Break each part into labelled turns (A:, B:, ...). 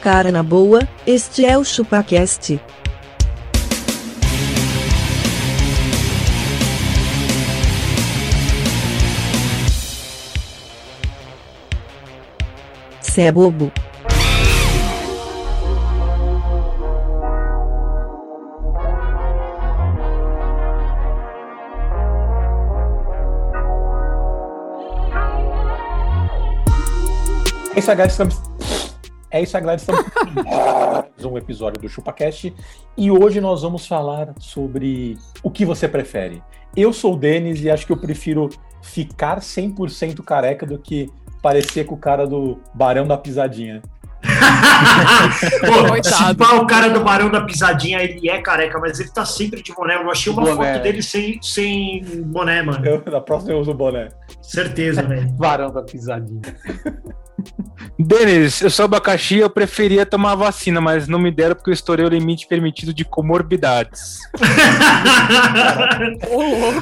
A: Cara na boa, este é o ChupaCast. Cê é bobo.
B: É isso, galera. Estamos... É isso, galera. Estamos mais um episódio do ChupaCast e hoje nós vamos falar sobre o que você prefere. Eu sou o Denis e acho que eu prefiro ficar 100% careca do que parecer com o cara do Barão da Pisadinha.
C: Pô, se pá, o cara do Barão da Pisadinha, ele é careca, mas ele tá sempre de boné. Eu achei uma
D: Boné.
C: foto dele sem, sem boné, mano.
B: Eu, na próxima eu uso o boné.
C: Certeza, velho.
D: Varão da pisadinha.
E: Denis, eu sou abacaxi, eu preferia tomar a vacina, mas não me deram porque eu estourei o limite permitido de comorbidades.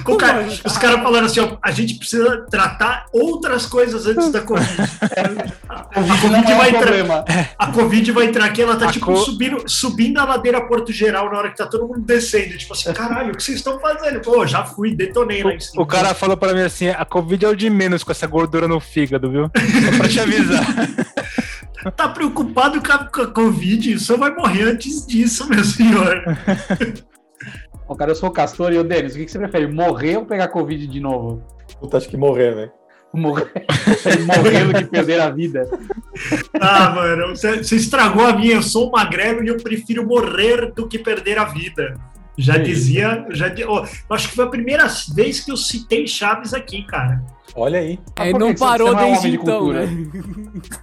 C: O cara- os caras falando assim, ó, a gente precisa tratar outras coisas antes da Covid.
E: É.
C: A Covid, vai, entrar, a Covid vai entrar aqui, ela tá
E: um A
C: tipo
E: co-
C: subindo, subindo a ladeira Porto Geral na hora que tá todo mundo descendo. Tipo assim, caralho, o que vocês estão fazendo? Pô, já fui, detonei lá em
E: O,
C: cima.
E: o cara falou pra mim assim: a Covid é o de menos com essa gordura no fígado, viu? Só pra te avisar.
C: Tá preocupado com a, com a Covid? Só vai morrer antes disso, meu senhor.
D: Bom, cara, eu sou o Castor e o Denis, o que que você prefere? Morrer ou pegar Covid de novo?
B: Puta, acho que morrer, né?
D: Morrer, prefere morrer do que perder a vida.
C: Ah, mano, você você estragou a minha. Eu sou magrelo e eu prefiro morrer do que perder a vida. Já
B: Que
C: dizia, já di- ó, eu acho que foi a primeira vez que eu citei Chaves aqui, cara.
B: Olha aí.
D: Mas
F: É,
D: por
F: não
D: que que você-
F: parou
D: você não é um
F: desde
D: homem de
F: então,
D: cultura?
F: né?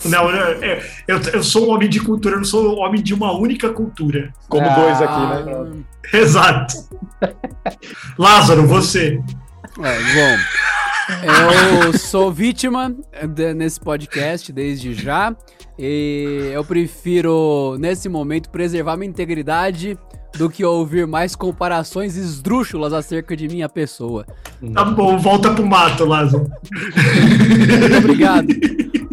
C: Não, eu, eu- eu, eu sou um homem de cultura, eu não sou um homem de uma única cultura.
B: Como
D: Ah.
B: dois aqui, né?
C: Exato. Lázaro, você.
F: É, bom, eu sou vítima de- nesse podcast desde já e eu prefiro, nesse momento, preservar minha integridade do que ouvir mais comparações esdrúxulas acerca de minha pessoa.
C: Tá bom, volta pro mato, Lázaro.
F: Muito obrigado.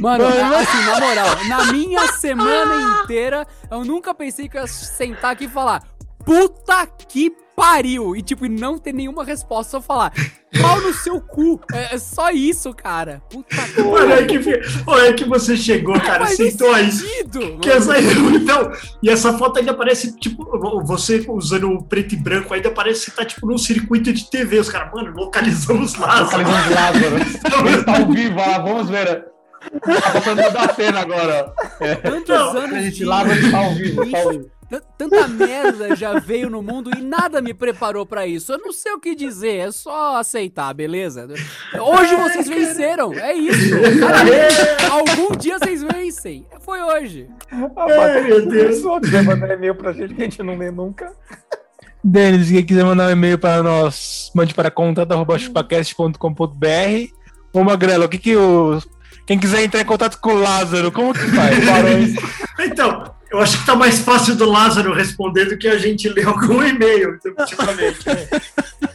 F: Mano, assim, na moral, na minha semana inteira, eu nunca pensei que eu ia sentar aqui e falar puta que pariu! E, tipo, não ter nenhuma resposta, só falar pau no seu cu. É, é só isso, cara. Puta que
C: Mano, é que, fi- olha é que você chegou, cara.
F: Faz
C: Sentou aí.
F: sentido,
C: Que essa- então, e essa foto ainda parece, tipo, você usando o preto e branco, ainda parece que você tá, tipo, num circuito de TV. Os caras, mano, localizamos lá.
D: Localizando tá um Lázaro. Ele tá ao vivo, olha lá, vamos ver. Tá passando da cena agora. ó.
F: Tantos
C: Não,
D: A
F: anos
D: gente
F: de...
D: Lázaro ele tá ao vivo, tá ao vivo.
F: T- Tanta merda já veio no mundo e nada me preparou pra isso. Eu não sei o que dizer, é só aceitar, beleza? Hoje vocês venceram, é isso. Algum dia vocês vencem. Foi hoje.
B: Ai,
C: meu Deus.
B: Só quiser mandar e-mail pra gente que a gente não lê nunca.
E: Denis, quem quiser mandar um e-mail para nós, mande para contato.chupacast.com.br. Ô Magrelo, o que que o. Quem quiser entrar em contato com o Lázaro, como que faz?
B: Barões.
C: Então, eu acho que tá mais fácil do Lázaro responder do que a gente ler algum e-mail, ultimamente. né?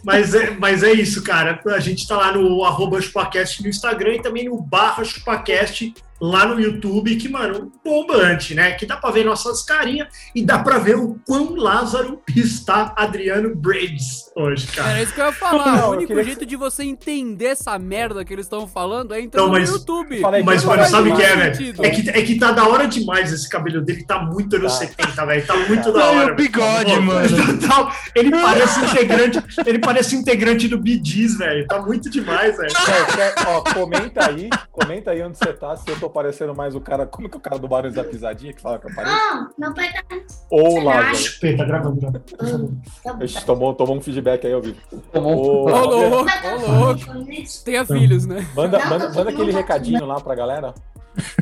C: Mas é, mas é isso, cara. A gente tá lá no arroba chupacast no Instagram e também no barra chupacast lá no YouTube, que, mano, bombante, né? Que dá pra ver nossas carinhas e dá pra ver o quão Lázaro está Adriano Brades hoje, cara.
F: Era isso que eu ia falar.
B: Não,
F: o
B: eu
F: único
B: queria que
F: jeito de você entender essa merda que eles estão falando é entrar
C: Não,
F: no
C: mas-
F: YouTube.
B: Falei,
C: Mas,
B: que
C: mano,
B: faz
C: sabe o que é,
F: mais
C: velho?
F: sentido.
C: É que, é que tá da hora demais esse cabelo dele, tá muito anos
B: Tá.
C: 70, velho. Tá muito da
E: Não, e
C: hora.
E: o bigode,
C: velho.
E: mano?
C: Total, ele parece integrante, ele parece integrante do Bidiz, velho. Tá muito demais, velho.
B: Não, quer- ó, comenta aí, comenta aí onde você tá, se eu tô parecendo mais o cara. Como que é o cara do Barões da Pisadinha que fala que eu pareço?
G: Não, meu pai tá.
B: Ou o Lázaro.
C: Pê, tá gravando. já.
G: Tá bom.
B: A gente tomou, tomou um feedback aí ao vivo.
D: Tomou um
F: Ô
B: Ô,
F: louco,
G: Mas tá
F: ô louco.
G: bom, né?
F: Tenha filhos, né?
B: Manda,
G: Não,
B: manda,
G: não, tá
B: manda
G: não,
B: aquele
G: não.
B: recadinho lá pra galera.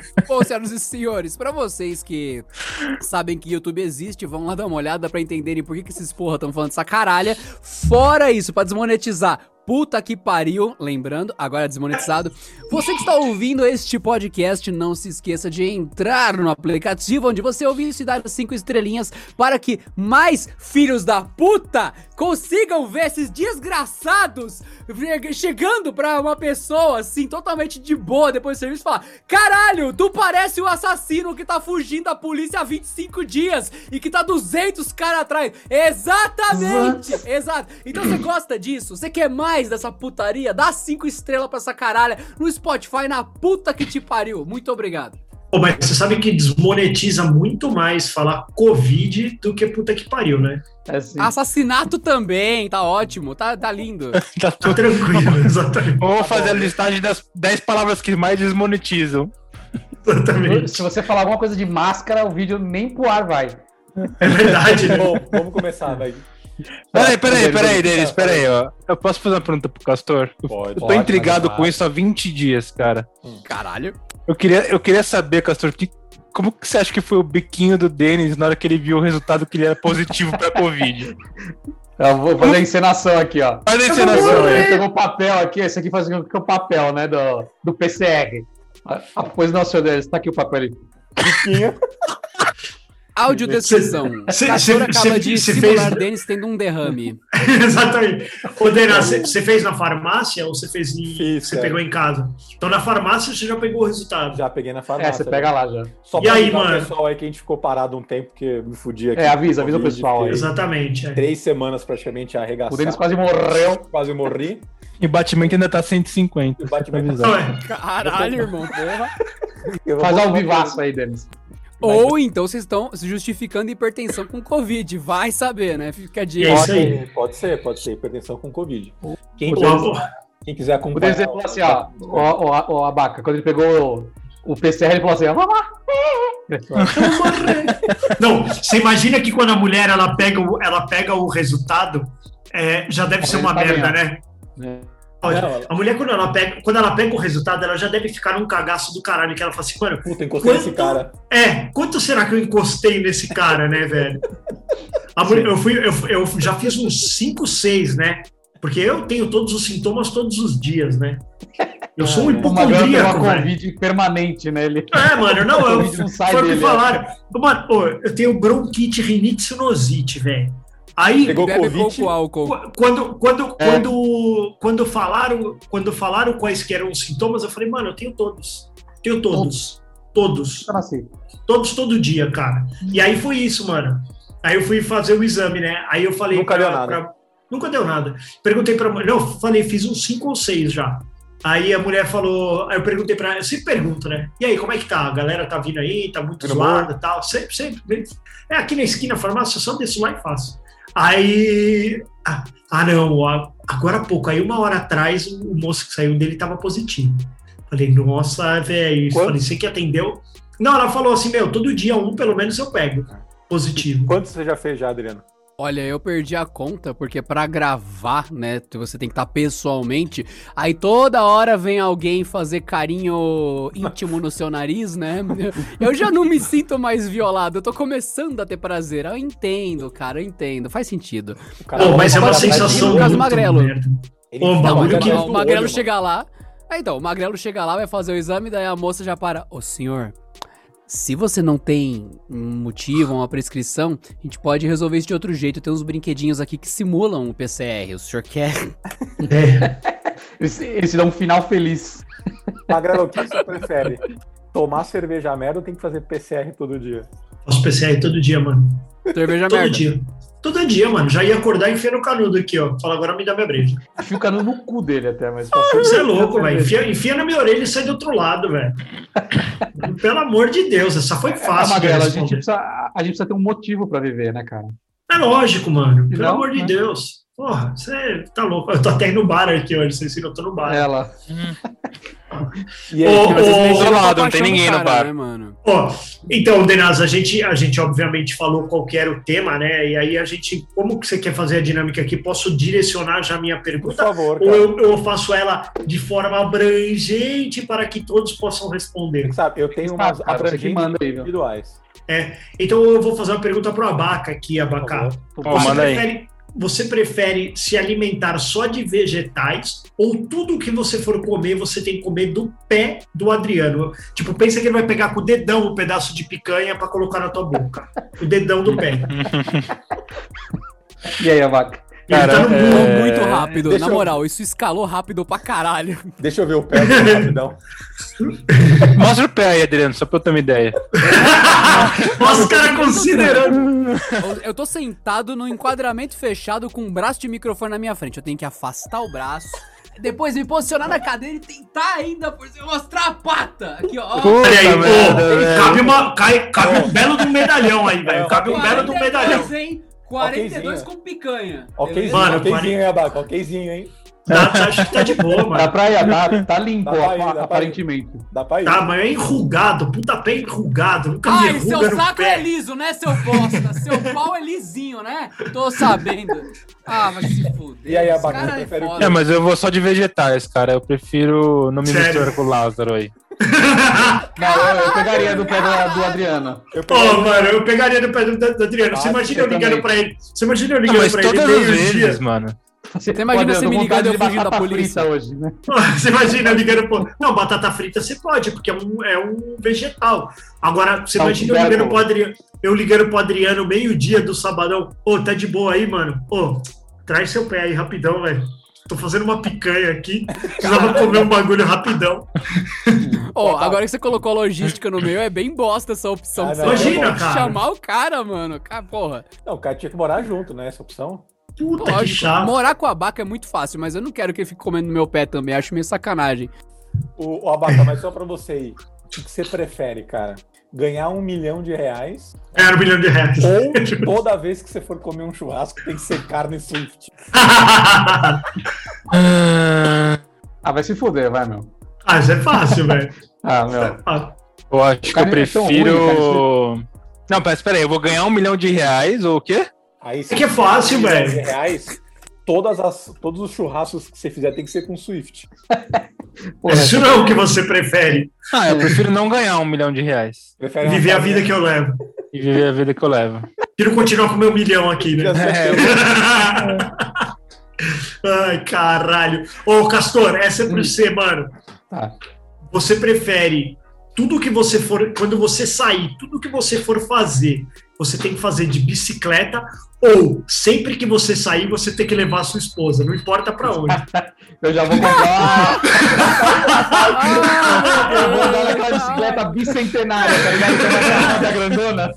F: Bom, senhoras e senhores, pra vocês que sabem que YouTube existe, vão lá dar uma olhada pra entenderem por que, que esses porra estão falando essa caralha. Fora isso, pra desmonetizar Puta que pariu, lembrando, agora desmonetizado. Você que está ouvindo este podcast, não se esqueça de entrar no aplicativo onde você ouve isso e dar cinco estrelinhas para que mais filhos da puta consigam ver esses desgraçados che- chegando pra uma pessoa assim, totalmente de boa depois do serviço e falar: Caralho, tu parece o assassino que tá fugindo da polícia há 25 dias e que tá 200 caras atrás. Exatamente! Exato. Então você gosta disso? Você quer mais dessa putaria? Dá cinco estrelas pra essa caralha no Spotify, na puta que te pariu. Muito obrigado.
C: Pô, mas você sabe que desmonetiza muito mais falar Covid do que puta que pariu, né?
D: É assim.
F: Assassinato também, tá ótimo, tá, tá lindo.
E: Tá
C: Tá
E: tudo.
C: tranquilo, exatamente.
E: Vou fazer a listagem das 10 palavras que mais desmonetizam.
C: exatamente.
D: Se você falar alguma coisa de máscara, o vídeo nem pro ar vai.
C: É verdade, né?
B: Bom, vamos começar, velho.
E: Peraí, peraí, peraí,
B: Tá.
E: Denis, peraí, ó. Eu posso fazer uma pergunta pro Castor? Eu
B: Pode.
E: tô
B: Pode,
E: intrigado
B: vai lá.
E: com isso há 20 dias, cara.
F: Caralho.
E: Eu queria, eu queria saber, Castor, que, como que você acha que foi o biquinho do Denis na hora que ele viu o resultado que ele era positivo pra Covid?
D: Eu vou fazer a encenação aqui, ó.
E: Olha a encenação,
D: Encenação,
E: velho.
D: ele pegou o papel aqui, esse aqui faz o que é o papel, né, do, do PCR. Ah, ah, pois não, senhor Denis, tá aqui o papel ali.
F: Audiodescrição.
C: Cê- cê-
F: Castor
C: cê-
F: acaba
C: cê-
F: de
C: cê
F: simular
C: fez-
F: Denis tendo um derrame.
C: Exatamente. Ô, Dena, você fez na farmácia ou você fez em.
B: Fiz,
C: Você
B: cara.
C: pegou em casa? Então na farmácia você já pegou o resultado.
B: Já peguei na
D: É,
B: farmácia. né?
D: você pega lá já.
B: Só
C: E
B: pra
C: aí,
B: avisar
C: mano?
B: o pessoal aí que a gente ficou parado um tempo, porque me fudi aqui.
D: É, avisa, avisa o
B: Covid,
D: pessoal aí.
B: fiquei
C: Exatamente. é.
B: Três semanas praticamente arregaçado.
D: O Denis quase morreu.
B: Quase morri.
E: E o Batimento ainda tá 150.
B: O Batman-
C: Então, é.
F: Caralho, irmão, porra.
B: Eu vou
D: Faz ao
B: falar-
D: vivaço aí, Denis.
F: Ou então vocês estão se justificando hipertensão com Covid. Vai saber, né? Fica a
C: É
F: dica.
C: isso aí.
B: Pode ser, pode ser. Hipertensão com Covid. Quem,
C: Pô,
B: quiser,
C: pô,
B: quem quiser
D: O Denis ele
B: acompanhar...
D: falou assim, ó, ó, ó, ó, abaca, quando ele pegou o, o PCR, ele falou assim, ó, vamos lá.
C: Não, você imagina que quando a mulher ela pega o, ela pega o resultado, é, já deve ser uma
D: Tá
C: merda,
D: ganhando.
C: né?
B: Não,
C: A mulher, quando ela, pega, quando ela pega o resultado, ela já deve ficar num cagaço do caralho, que ela fala assim, mano,
B: Puta, encostei nesse
C: Quanto-
B: cara.
C: é, quanto será que eu encostei nesse cara, né, velho? A mulher- eu, fui, eu, fui- eu já fiz uns 5, 6, né? Porque eu tenho todos os sintomas todos os dias, né? Eu sou um
D: É, O Magrão pegou
C: hipocondríaco,
D: uma
C: velho.
D: Covid permanente, né? Ele
C: É, mano, não, eu,
D: Covid não sai
C: foi o que
D: dele, é
C: falaram. Mano, ô, eu tenho bronquite, rinite, sinusite, velho. Aí,
B: Pegou
F: Bebe
B: Covid.
F: pouco álcool.
C: qu- quando, quando,
D: É.
C: quando, quando, falaram, quando falaram quais que eram os sintomas, eu falei, mano, eu tenho todos. Tenho todos. Todos.
D: funciona assim.
C: Todos, todo dia, cara. E aí foi isso, mano. Aí eu fui fazer o exame, né? Aí eu falei...
B: Nunca deu nada.
C: Nunca deu nada. Perguntei pra mulher... Não, falei, fiz uns cinco ou seis já. Aí a mulher falou... Aí eu perguntei pra ela... Eu sempre pergunto, né? E aí, como é que tá? A galera tá vindo aí, tá muito
B: Tudo
C: zoada e tal. Sempre, sempre. É aqui na esquina, a farmácia, eu só desço lá e faço. Aí... Ah, ah, não. a- Agora há pouco. Aí uma hora atrás, o moço que saiu dele tava positivo. Falei, nossa, velho.
B: Quanto?
C: Falei, você que atendeu... Não, ela falou assim, meu, todo dia um pelo menos eu pego. Positivo.
B: Quantos você já fez já, Adriano?
F: Olha, eu perdi a conta, porque pra gravar, né, tu- você tem que estar pessoalmente. Aí toda hora vem alguém fazer carinho íntimo no seu nariz, né? Eu já não me sinto mais violado, eu tô começando a ter prazer. Eu entendo, cara, eu entendo. Faz sentido.
B: O tá
C: Pô, mas é uma
B: olha pra trás,
C: sensação
F: por
B: ele-
F: causa do
C: muito
F: Magrelo.
C: merda.
B: ele
C: Ô,
B: enfia
C: bagulho
B: olho
C: que-
B: atrás
F: o
B: do
F: Magrelo
B: olho,
F: chega lá. É, então, o Magrelo chega lá, vai fazer o exame, daí a moça já para. Ô senhor, se você não tem um motivo, uma prescrição, a gente pode resolver isso de outro jeito. Tem uns brinquedinhos aqui que simulam o PCR. O senhor quer?
C: É,
D: Ele se- Ele se dá um final feliz.
B: mano. Magrelo, o que você prefere? Tomar cerveja a merda ou tem que fazer PCR todo dia?
C: Faço PCR todo dia, mano.
F: Cerveja
C: Todo
F: merda.
C: dia. Todo dia, mano. Já ia acordar e enfiar o canudo aqui, ó. Fala, agora me dá minha breja.
D: Enfia o canudo no cu dele até, mas
C: Você é louco, velho. Enfia, enfia na minha orelha e sai do outro lado, velho. Pelo amor de Deus, essa foi
D: Ah,
C: fácil. de
D: Magrela, a gente,
C: responder.
D: precisa, a gente precisa ter um motivo pra viver, né, cara?
C: É lógico, mano. Pelo
D: Não,
C: amor de
D: né?
C: Deus. Porra, você tá louco. Eu tô até no bar aqui hoje, vocês viram, eu tô no bar.
D: Ela.
B: E aí,
C: Ô,
B: que
F: Mas
B: você-
F: vocês
C: ô,
F: mexeram com a
E: isolado, não tem
F: paixão do
E: ninguém no
F: cara,
E: bar.
F: né, mano?
C: Ó, então, Denaz, a gente, a gente obviamente falou qual que era o tema, né? E aí a gente, como que você quer fazer a dinâmica aqui? Posso direcionar já a minha
B: por
C: pergunta?
B: favor,
C: Ou
B: cara.
C: eu, eu faço ela de forma abrangente para que todos possam responder?
B: Sabe, eu tenho umas
D: Ah, cara, você que
B: abrangentes
D: manda aí, viu?
B: individuais.
C: Então eu vou fazer uma pergunta para o Abaca aqui, Abaca.
B: Por
E: Pô, manda aí.
C: prefere, você prefere se alimentar só de vegetais ou tudo que você for comer, você tem que comer do pé do Adriano? Tipo, pensa que ele vai pegar com o dedão um pedaço de picanha para colocar na tua boca. O dedão do pé.
D: E aí, a vaca?
C: Ele tá no
E: Cara,
C: Google.
E: É,
F: muito rápido,
B: deixa
F: na
B: eu-
F: moral, isso escalou rápido pra caralho.
B: Deixa eu ver o pé aqui rapidão.
E: Mostra o pé aí, Adriano, só pra eu ter uma ideia. é.
C: Nossa, o cara considerando.
F: Eu- Eu tô sentado no enquadramento fechado com um braço de microfone na minha frente. Eu tenho que afastar o braço, depois me posicionar na cadeira e tentar ainda por cima mostrar a pata. Aqui, ó.
E: Puta
C: Peraí, pô,
E: merda, velho.
C: cabe, uma, cai- cabe um belo do medalhão aí, velho. Cabe um belo do medalhão.
F: 42, hein? 42
B: Okzinho.
F: com picanha.
B: Okzinho,
F: beleza?
C: Mano,
B: okzinho, hein, Abaca? Okzinho, hein?
C: Tá, tá, acho que tá de boa,
D: Dá
C: mano.
D: pra ir, dá, tá limpo,
B: Dá pra
D: ó,
B: ir, dá pra ir.
D: aparentemente.
B: Dá pra ir.
C: Tá, mas é enrugado, puta pé enrugado. Nunca me
F: Ai,
C: enruga
F: seu
C: no
F: saco é
C: pé.
F: liso, né, seu bosta? Seu pau é lisinho, né? Tô sabendo. Ah, mas se fuder.
B: E aí,
F: esse
B: Abaca,
F: cara
B: você
F: é
B: prefere o
F: foda.
E: É, mas eu vou só de vegetais, cara. Eu prefiro não me
C: Sério?
E: misturar com o Lázaro aí.
D: Não, eu, eu pegaria do pé da- do Adriano.
B: Eu
C: Pô,
B: peguei-
C: mano, eu pegaria no pé do, do do Adriano. Você
D: Ah,
C: imagina eu
D: eu
C: ligando
D: também.
C: pra ele. Você imagina eu
E: Ah,
C: ligando
E: mas
C: pra ele
E: todas as
C: meio
E: vezes,
C: dia.
E: mano.
D: Você
F: imagina você me ligando e eu fugindo da polícia?
D: hoje, né?
C: Você imagina eu ligando pro. Não, batata frita você pode, porque é um, é um vegetal. Agora, você
D: Tá um
C: imagina eu
D: verbo.
C: ligando pro Adriano. Eu ligando pro Adriano meio-dia do sabadão. Ô, tá de boa aí, mano. Ô, traz seu pé aí rapidão, velho. Tô fazendo uma picanha aqui. Precisava comer um bagulho rapidão.
F: Ó, agora que você colocou a logística no meio, é bem bosta essa opção.
B: Ah,
F: Você
B: não,
C: Imagina,
F: tem que
C: cara.
F: Chamar o cara, mano. Cara, porra.
B: Não, o cara tinha que morar junto, né? Essa opção.
C: Puta que
F: Lógico,
C: chato.
F: morar com a abaca é muito fácil, mas eu não quero que ele fique comendo meu pé também. Acho meio sacanagem.
B: O, o Abaca, mas só pra você ir. O que que você prefere, cara? Ganhar um milhão de reais
C: Era um milhão de reais.
B: ou toda vez que você for comer um churrasco tem que ser carne Swift?
E: Ah,
D: Ah, vai se fuder, vai, meu.
C: ah, isso é fácil, velho.
D: Ah, meu.
C: Ah,
E: eu acho que eu
D: Cara, é tão ruim,
E: prefiro.
D: cara,
E: Não, mas peraí, eu vou ganhar um milhão de reais ou o quê?
B: Aí se
C: É que é fácil,
B: um milhão de
C: velho.
B: reais, todas as, todos os churrascos que você fizer tem que ser com Swift.
D: Porra,
C: Isso não é o que você prefere.
E: Ah,
D: É.
E: eu prefiro não ganhar um milhão de reais
B: Prefere uma
C: Viver a
B: carne-
C: vida que eu levo.
E: e viver a vida que eu levo.
C: Quero continuar com o meu milhão aqui, né?
B: Já sei que eu-
C: Ai, caralho. Ô, Castor, essa é pra você, mano.
D: Tá.
C: Você prefere tudo que você for, quando você sair, tudo que você for fazer, você tem que fazer de bicicleta ou sempre que você sair, você tem que levar a sua esposa, não importa pra onde.
D: Eu já vou comprar.
F: Ah,
D: eu vou dar aquela bicicleta bicentenária, tá ligado? Que é uma garrafa grandona.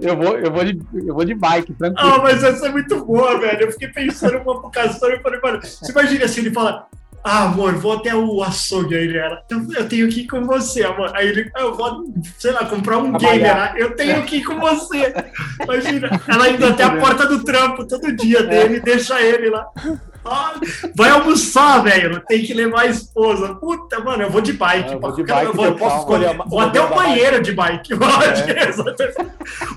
D: Eu vou, eu, vou de, eu vou de bike, tranquilo.
C: Ah, mas essa é muito boa, velho. Eu fiquei pensando uma vocação e falei, mano, você imagina assim, ele fala, ah, amor, vou até o açougue aí, ele era. Eu, eu tenho que ir com você, amor. Aí ele, "Ah, eu vou, sei lá, comprar um
B: Trabalhar.
C: gamer. ah, Eu tenho que ir com você. Imagina, ela indo até a porta do trampo todo
D: É.
C: dia dele, deixa ele lá. Ah, vai almoçar, velho. Tem que levar a esposa. Puta, mano, eu vou de bike.
D: Ah, eu
C: pô.
D: vou de
C: Cara,
D: bike,
C: eu
D: deu
C: posso
D: pau,
C: escolher.
B: mano.
C: Ou até o banheiro de bike. Eu acho que é exatamente-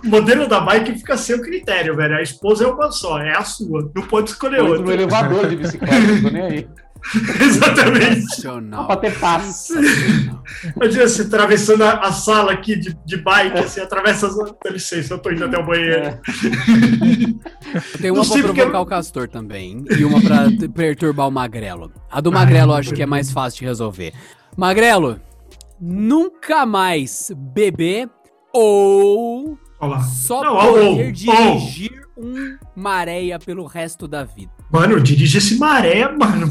C: o modelo da bike fica a seu critério, velho. A esposa é uma só, é a sua. Não pode escolher
D: Eu entro no
C: outra.
D: elevador de bicicleta, não tô nem aí.
C: Exatamente.
D: Só pra
F: Sensacional.
D: ter paz.
F: Sensacional.
C: Imagina você atravessando a, a sala aqui de, de bike, assim, atravessa as. Dá licença, eu tô indo até o banheiro.
F: Tem uma
C: Não
F: pra
C: sei porque-
F: provocar o Castor também e uma pra t- perturbar o Magrelo. A do Magrelo eu acho que é mais fácil de resolver. Magrelo, nunca mais beber ou
C: Olha lá.
F: só
C: Não,
F: poder
C: ou,
F: dirigir um maréia pelo resto da vida.
C: Mano, dirige esse maré, mano.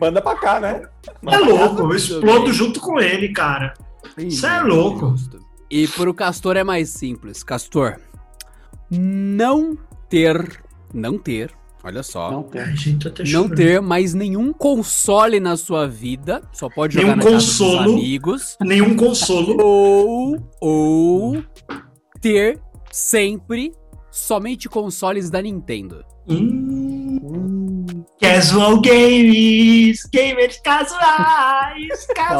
B: Manda pra cá, né?
C: É louco, eu explodo junto com ele, cara. Isso é louco.
F: E pro Castor é mais simples. Castor, não ter, não ter, olha só,
D: Não tem.
C: Ai, gente, eu até
F: não
C: chorando.
F: ter mais nenhum console na sua vida, só pode jogar
C: Nenhum
F: na casa
C: consolo.
F: dos amigos,
C: Nenhum consolo.
F: ou, ou ter sempre somente consoles da Nintendo.
C: Hum. Casual games, gamers casuais,
D: Não, Ah,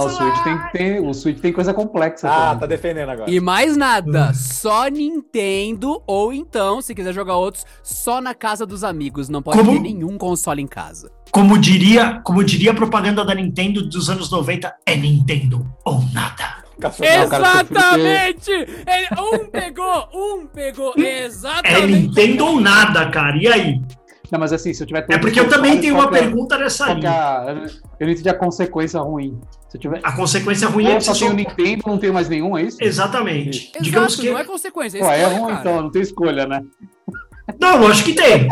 D: o
C: casuais.
D: Switch tem, tem, o Switch tem coisa complexa.
B: Ah,
D: também.
B: tá defendendo agora.
F: E mais nada,
C: Ah.
F: só Nintendo, ou então, se quiser jogar outros, só na casa dos amigos, não pode
C: Como?
F: ter nenhum console em casa.
C: Como diria, como diria a propaganda da Nintendo dos anos 90, é Nintendo ou nada.
B: Cassiopeia.
F: Exatamente! Ele- um pegou, um pegou,
C: É
F: exatamente.
C: Nintendo ou nada, cara. E aí?
D: Não, mas assim, se eu tiver.
C: É porque eu também tenho uma
D: qual que é-
C: pergunta nessa
D: qual que é
C: linha.
D: a- Eu não entendi é a consequência ruim. Se eu tiver.
C: A consequência ruim é
D: Eu
C: que
D: só
C: você
D: tenho
C: só...
D: Nintendo, não tenho mais nenhum, é isso?
C: Exatamente. Digamos
F: Exato,
C: que.
F: não é consequência.
D: Pô, é
F: escolha,
D: ruim
F: cara.
D: então, não tem escolha, né?
C: Não, lógico que tem.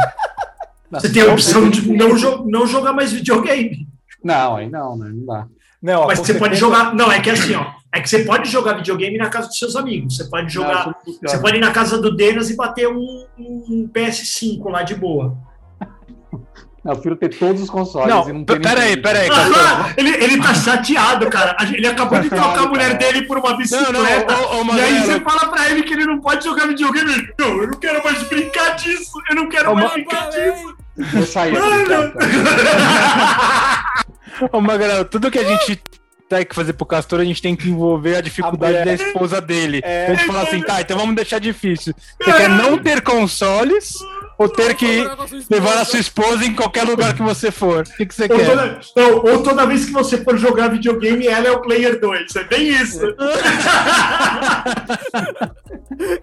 C: Você tem a
D: Não,
C: opção de
D: tem-
C: não, jo- não jogar mais videogame.
D: Não, aí não, né? Não dá.
B: Não, a
C: Mas você pode
B: consequência-
C: jogar. Não, é que é assim, ó. É que você pode jogar videogame na casa dos seus amigos. Você pode jogar.
D: Não, tudo
C: você
D: pior.
C: pode ir na casa do Denas e bater um, um PS5 lá de boa.
D: Não, eu prefiro ter todos os consoles. e
E: Não,
D: ter
E: p- peraí,
D: Nintendo.
E: peraí, Castor.
C: Ah, ele, ele tá chateado, cara. A gente- Ele acabou de trocar a mulher dele por uma
E: Não,
C: bicicleta.
E: não, ô, ô, ô,
C: é E aí você
E: Magrelo,
C: fala pra ele que ele não pode jogar videogame. Ele, Não, eu não quero mais brincar disso. Eu não
F: É
C: quero mais
B: é
C: brincar disso.
F: Exatamente.
D: Eu saí. assim,
C: Mano.
E: ô, Magrelo, tudo que a gente tem que fazer pro Castor, a gente tem que envolver a dificuldade
B: A mulher.
E: da esposa dele.
B: É.
E: Então a gente fala assim, tá, então vamos deixar difícil. Você quer não ter consoles ou ter que
F: Agora com a sua esposa.
E: levar a sua esposa em qualquer lugar que você for? O que, que você
C: Ou
E: quer?
C: toda, não, ou toda vez que você for jogar videogame, ela é o player 2. É bem isso.
B: tá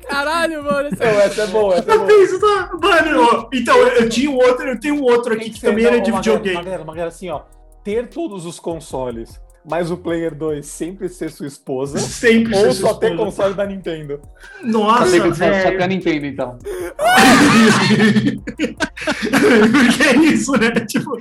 F: Caralho, mano. esse-
B: Não, essa é boa, essa é
C: Eu
B: boa.
C: penso, tá? Mano, ó, então eu tinha um outro, eu tenho um outro aqui
B: Tem
C: que,
B: ser,
C: também
B: não,
C: era de
B: ô, Magrelo,
C: videogame.
B: Magrelo, Magrelo, assim, ó. Ter todos os consoles, mas o Player 2 sempre ser sua esposa.
C: Sempre
B: Ou
C: Jesus
B: só ter
C: Cristo.
B: console da Nintendo.
D: Achei que
C: Nossa, é.
D: eu só
C: velho.
D: até Nintendo, então.
C: Porque é isso, né? Tipo,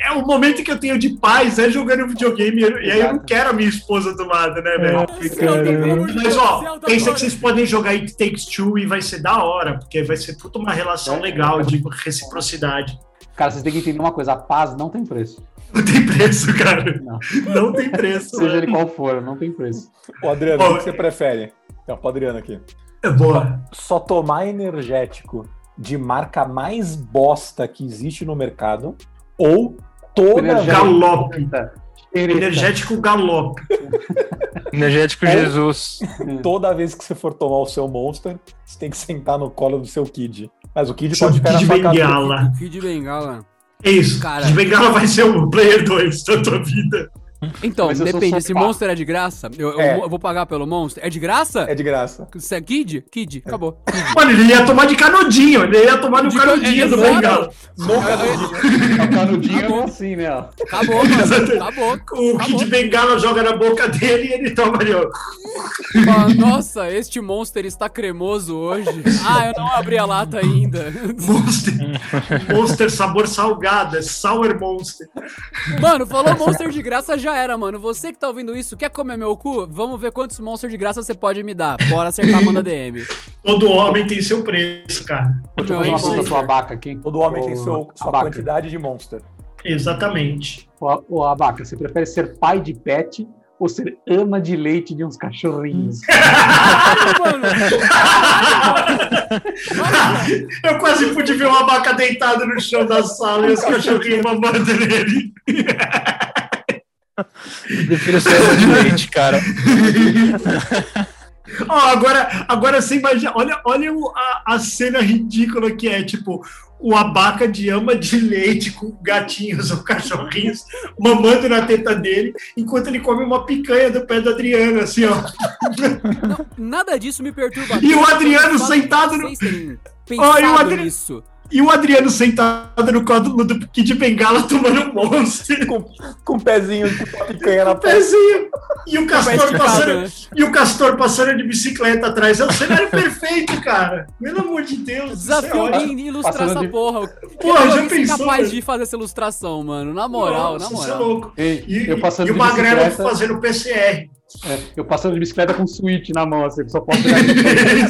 C: é o momento que eu tenho de paz é jogando videogame. E aí eu não
D: Exato. né?
C: quero a minha esposa do lado, né, velho?
F: Zelda, pelo amor de
C: Mas
F: Deus,
C: ó,
F: Zelda,
C: pensa
F: bora.
C: que vocês podem jogar It Takes Two e vai ser da hora, porque vai ser toda uma
D: É.
C: relação legal de reciprocidade.
D: Cara, vocês têm que entender uma coisa: a paz não tem preço.
C: Não tem preço, cara.
D: Não.
C: Não tem preço.
D: Seja
C: mano.
D: ele qual for, não tem preço.
B: Ô, Adriano,
C: Ô,
B: o que você prefere? Então, pro Adriano aqui.
C: É boa.
B: Só tomar energético de marca mais bosta que existe no mercado. Ou toda
D: Energético.
B: vez.
C: Galope.
D: Energético.
C: Energético galope.
E: Energético Jesus.
B: Toda vez que você for tomar o seu Monster, você tem que sentar no colo do seu Kid. Mas o Kid
C: Seu
B: pode ficar na
C: Kid
B: sua casa.
C: Bengala.
F: Kid Bengala.
C: É isso.
F: Cara.
C: Kid Bengala vai ser o player 2 da tua vida.
F: Então,
D: Mas eu sou
F: depende.
D: só
F: Esse
D: pá.
F: monstro é de graça? Eu, eu
B: É.
F: vou- eu vou pagar pelo monstro? É de graça?
B: É de graça.
F: Você É. Kid? Kid, acabou.
C: Mano, ele ia tomar de canudinho. Ele ia tomar no
F: De
C: canudinho do
F: canudinho,
C: Bengala.
D: O canudinho é assim, né? ó.
F: Acabou, mano. Acabou.
C: O Kid Bengala joga na boca dele e ele toma ali, ó.
F: Fala, Nossa, este monster está cremoso hoje. Ah, eu não abri a lata ainda.
C: Monster. Monster sabor salgado. É Sour Monster.
F: Mano, falou monster de graça, já era, mano. Você que tá ouvindo isso, quer comer meu cu? Vamos ver quantos monsters de graça você pode me dar. Bora acertar, manda DM.
C: Todo homem tem seu preço, cara.
D: Deixa eu
F: Não,
D: fazer uma
F: isso
D: pergunta
F: aí.
D: pro Abaca aqui.
B: Todo homem
D: Ô,
B: tem seu, sua
D: Abaca.
B: quantidade de Monster.
C: Exatamente.
D: Ô, ô, Abaca, você prefere ser pai de pet ou ser ama de leite de uns cachorrinhos?
F: Ah, mano.
C: Eu quase pude ver uma vaca deitada no chão da sala e os cachorrinhos mamando nele.
E: Prefiro ser ela de leite, cara.
C: Ó, agora, agora você imagina. Olha, olha o- a, a cena ridícula que é, tipo, o abaca de ama de leite com gatinhos ou cachorrinhos mamando na teta dele, enquanto ele come uma picanha do pé do Adriano, assim, ó.
F: Nada disso me perturba.
C: E o
F: tanto
C: Adriano
F: quanto
C: sentado no-
F: vocês
C: Ó,
F: terem
C: e o
F: pensado
C: Adri-
F: nisso.
C: E o Adriano sentado no colo do Kid Bengala tomando um monstro.
B: Com, com um pezinho com a picanha na perna.
C: Pezinho. E o Castor
F: Domesticado,
C: passando,
F: Tá né?
C: e o Castor passando de bicicleta atrás. É o cenário perfeito, cara. Pelo amor de Deus. isso é
F: Desafio
C: ótimo.
F: alguém ilustrar
D: Passando
F: essa
D: de-
F: porra.
C: Porra,
F: Eu
C: já
F: não
C: pensou,
F: capaz
C: velho?
F: de fazer essa ilustração, mano. Na moral,
C: Nossa,
F: na
C: isso é
F: moral.
C: louco.
D: Ei,
C: E,
D: eu passando
C: e o
D: de
C: Magrelo
D: bicicleta.
C: fazendo PCR.
D: É, eu passando de bicicleta com suíte na mão, assim, só posso pegar ele.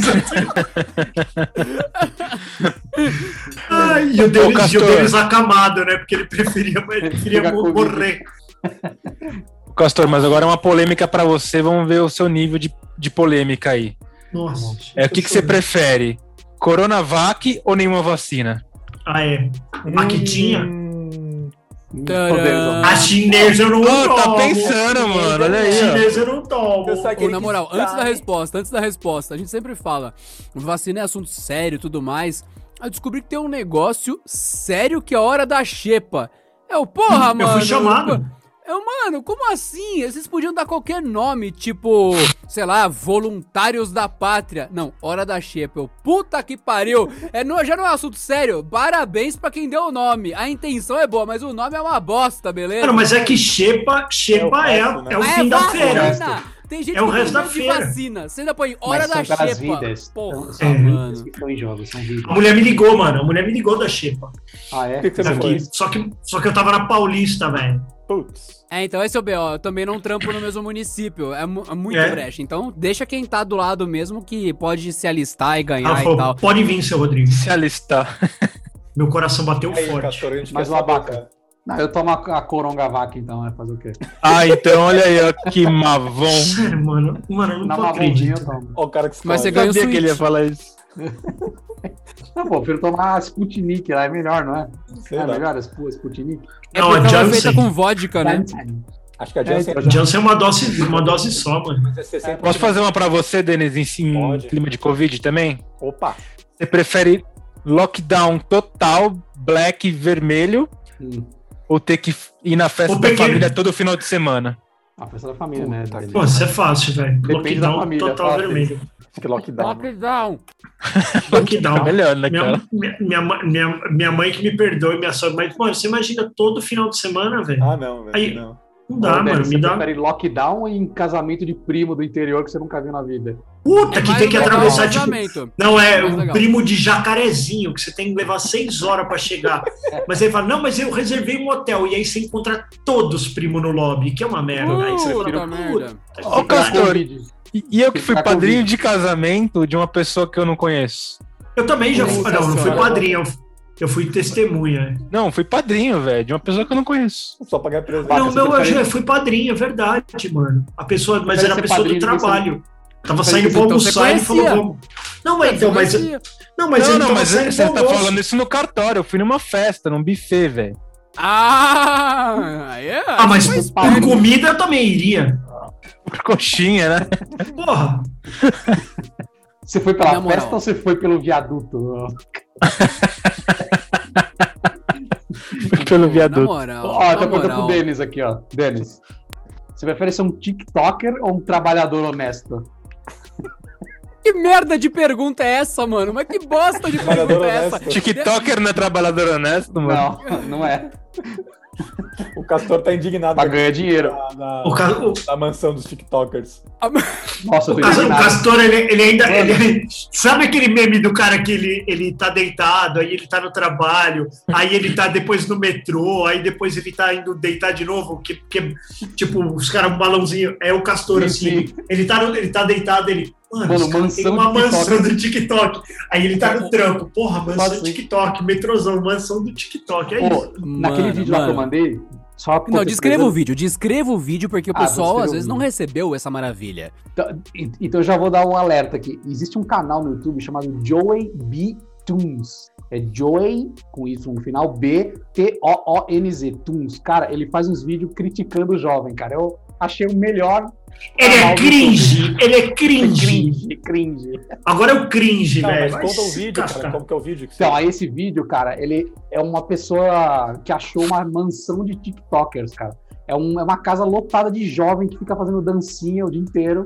C: Ai, um e o Denis, e o
E: Castor.
C: Denis acamado, né? Porque ele preferia, ele preferia
D: Pegar
C: mo-
D: Covid.
C: morrer.
E: Castor, mas agora é uma polêmica pra você. Vamos ver o seu nível de, de polêmica aí.
C: Nossa.
E: É, o que, que você prefere? Coronavac ou nenhuma vacina?
C: Ah, é. A que tinha.
B: Hum,
D: Poderoso.
C: A chinesa eu não
E: Oh, tá
C: tomo.
E: pensando, mano. Olha
C: A
E: aí. ó. tá
C: chinesa eu não tomo.
B: Eu sei que
F: Ou,
B: ele
F: na
B: quis
F: moral,
B: dar-
F: antes da resposta, antes da resposta, a gente sempre fala, vacina é assunto sério e tudo mais. Eu descobri que tem um negócio sério que é a hora da xepa. É o porra,
C: Eu
F: mano.
C: fui chamado.
F: Eu, mano, como assim? Vocês podiam dar qualquer nome, tipo, sei lá, Voluntários da Pátria. Não, Hora da Shepel. Puta que pariu! É, não, já não é um assunto sério. Parabéns pra quem deu o nome. A intenção é boa, mas o nome é uma bosta, beleza?
C: Cara, mas é que Xepa, Xepa é,
B: É
C: é,
B: o resto, né?
C: o
F: Ah,
C: fim da feira.
F: vacina. Tem gente
C: É o
F: que
C: resto da
F: tem medo de
C: feira.
F: vacina. Você ainda põe Hora
D: Mas são
F: da
D: pelas
F: Xepa.
D: vidas.
F: Porra,
D: São vidas
F: mano.
D: que estão em jogo, são vidas.
C: A mulher me ligou, mano. A mulher me ligou da Xepa.
D: Ah, é?
B: que que você
D: Sabe
B: foi?
D: que-
C: Só Uhum. que, só que eu tava na Paulista, velho.
B: Putz.
F: É, então esse é o B.O. Eu também não trampo no mesmo município. É, mu- é muito
C: É.
F: brecha. Então deixa quem tá do lado mesmo que pode se alistar e
C: Ela
F: ganhar e
C: falou:
F: tal.
C: pode vir, seu Rodrigo.
E: Se alistar.
C: Meu coração bateu
B: Aí,
C: forte.
B: Castor, a gente
D: Mas
B: quer
D: o
B: saber,
D: abaca.
B: cara.
D: Não, Ah, eu tomo a, a coronga-vaca, então, é fazer o quê?
E: Ah, então olha aí, ó, que mavão.
C: Sério, mano. Mano, eu
D: Na
C: não
D: mamãozinha
C: acredito.
D: eu tomo.
B: Ó, o cara que escolhe.
F: Mas você
E: Eu
F: ganha o
E: sabia que ele ia
F: Switch.
E: falar isso.
D: Não, pô, eu prefiro tomar a Sputnik lá, é melhor, não é?
B: Sei
D: é
B: lá.
D: melhor a Spu- Sputnik?
F: É
C: Não,
F: porque
C: a
F: ela é
C: Janssen.
F: feita com vodka, né?
B: Acho que a Janssen
D: É, então,
C: Janssen é uma dose, uma dose só, mano.
B: é 60.
E: Posso fazer uma pra você, Denis, em, sim-
B: Pode.
E: clima de Covid também?
B: Opa.
E: Você prefere lockdown total, black e vermelho,
D: Hum,
E: ou ter que f- ir na festa
C: Ô,
E: da
C: pequeno.
E: família todo final de semana?
D: a festa da família,
F: tá
D: né?
B: Puta
D: Dele.
C: Pô, isso é fácil, velho.
D: Depende da
C: Lockdown
D: família, é
C: total
D: fala,
C: vermelho.
B: Acho que lockdown. né?
C: É
F: Lockdown.
E: Tá
C: Lockdown.
E: melhor, né, cara?
C: Minha, minha, minha, ma- minha, minha mãe que me perdoe, minha sogra, mas, mano, você imagina todo final de semana, velho?
B: Ah, não, velho.
C: Aí-
B: Não.
C: Não dá,
D: Ô, Dele,
C: mano.
D: é, Você
C: Me dá.
D: prefere lockdown ou em casamento de primo do interior que você nunca viu na vida?
C: Puta, que
F: É mais
C: tem que
F: legal
C: atravessar,
F: o
C: tipo.
F: um casamento.
C: Não, é
F: Mais
C: o
F: legal.
C: primo de jacarezinho, que você tem que levar seis horas pra chegar. Mas aí fala, não, mas eu reservei um hotel. E aí você encontra todos os primos no lobby, que é uma merda. aí você
F: Puta
C: fala,
F: merda.
C: puta
E: Ô,
C: que
E: Castor.
C: pariu.
D: Covid.
E: E, e eu que fui
D: Tá
E: padrinho
D: convite.
E: de casamento de uma pessoa que eu não conheço.
C: Eu também já fui.
F: Nossa
C: Não, não fui
F: senhora.
C: padrinho, eu fui- eu fui testemunha.
E: Não, fui padrinho, velho, de uma pessoa que eu não conheço.
B: Só pra ganhar presente.
D: Vaca,
C: não,
D: você
C: não, eu
D: prefere-
C: já fui padrinho, é verdade, mano. A pessoa, mas
D: Prefere
C: era a
D: ser
C: pessoa do
D: padrinho do que
C: trabalho. Tava
D: Prefere
C: saindo
D: ser-
C: pra
F: então você
C: almoçar e ele falou,
F: conhecia.
C: vamos. Não, mas então, mas.
F: é
C: Não, mas
E: não,
C: ele
E: não,
C: tava
E: mas
C: saindo
E: você
C: pra
E: tá
C: almoço.
E: falando isso no cartório. Eu fui numa festa, num buffet, velho.
F: Ah, aí é.
C: Ah, mas
F: Mas
C: por comida eu também iria.
E: Coxinha, né?
C: Porra.
D: Você foi pela
F: Na moral.
D: festa ou você foi pelo viaduto?
E: Pelo
F: Na
E: viaduto.
F: moral.
D: Ó,
C: Ah,
F: na
D: tá perguntando pro
F: moral.
D: Denis aqui, ó. Denis, você prefere ser um TikToker ou um trabalhador honesto?
F: Que merda de pergunta é essa, mano? Mas que bosta de pergunta
B: Trabalhador
F: é essa?
B: honesto.
E: TikToker não é trabalhador honesto, mano.
D: Não, não é.
B: O Castor tá indignado
D: Pra ganhar dinheiro.
B: da, da-
C: O, ca- o-
B: da mansão dos TikTokers.
D: Nossa,
C: o
D: eu tô
C: cas- o
D: indignado.
C: Castor, ele, ele ainda.
D: Mano.
C: ele- sabe aquele meme do cara que ele, ele tá deitado, aí ele tá no trabalho, aí ele tá depois no metrô, aí depois ele tá indo deitar de novo? Que, que- tipo, os caras, um balãozinho. É o Castor,
D: Sim,
C: assim. Ele tá, no- ele tá deitado, ele. Mano,
D: Mano,
C: os caras têm
D: mansão
C: uma
D: do TikTok. É.
C: mansão do TikTok. Aí ele tá no trampo. Porra, mansão
D: Nossa,
C: do TikTok, metrozão, mansão do TikTok. É
D: Pô,
C: isso.
D: Naquele
F: Mano,
D: vídeo lá que eu
F: mano.
D: mandei, só pô,
F: Não,
D: você
F: descreva o
D: precisa-
F: vídeo, descreva o vídeo, porque o
D: Ah, vou
F: pessoal
D: descrever
F: às
D: o
F: vezes não
D: vídeo.
F: recebeu essa maravilha.
D: Então- e- Então eu já vou dar um alerta aqui. Existe um canal no YouTube chamado Joey B Tunes. É Joey, com Y no final, B T O O N Z Tunes. Cara, ele faz uns vídeos criticando o jovem, cara. Eu achei o melhor.
C: Ele
D: canal
C: é
D: do
C: cringe, ele é
D: YouTube. É
C: cringe.
D: tá cringe, cringe.
C: Agora é o cringe,
B: Não,
C: velho.
B: mas
C: Vai
B: conta o
C: se
B: vídeo, cara.
C: cascar.
B: Como que é o vídeo? que você-
D: Então, aí esse vídeo, cara, ele é uma pessoa que achou uma mansão de TikTokers, cara. É, um- é uma casa lotada de jovem que fica fazendo dancinha o dia inteiro.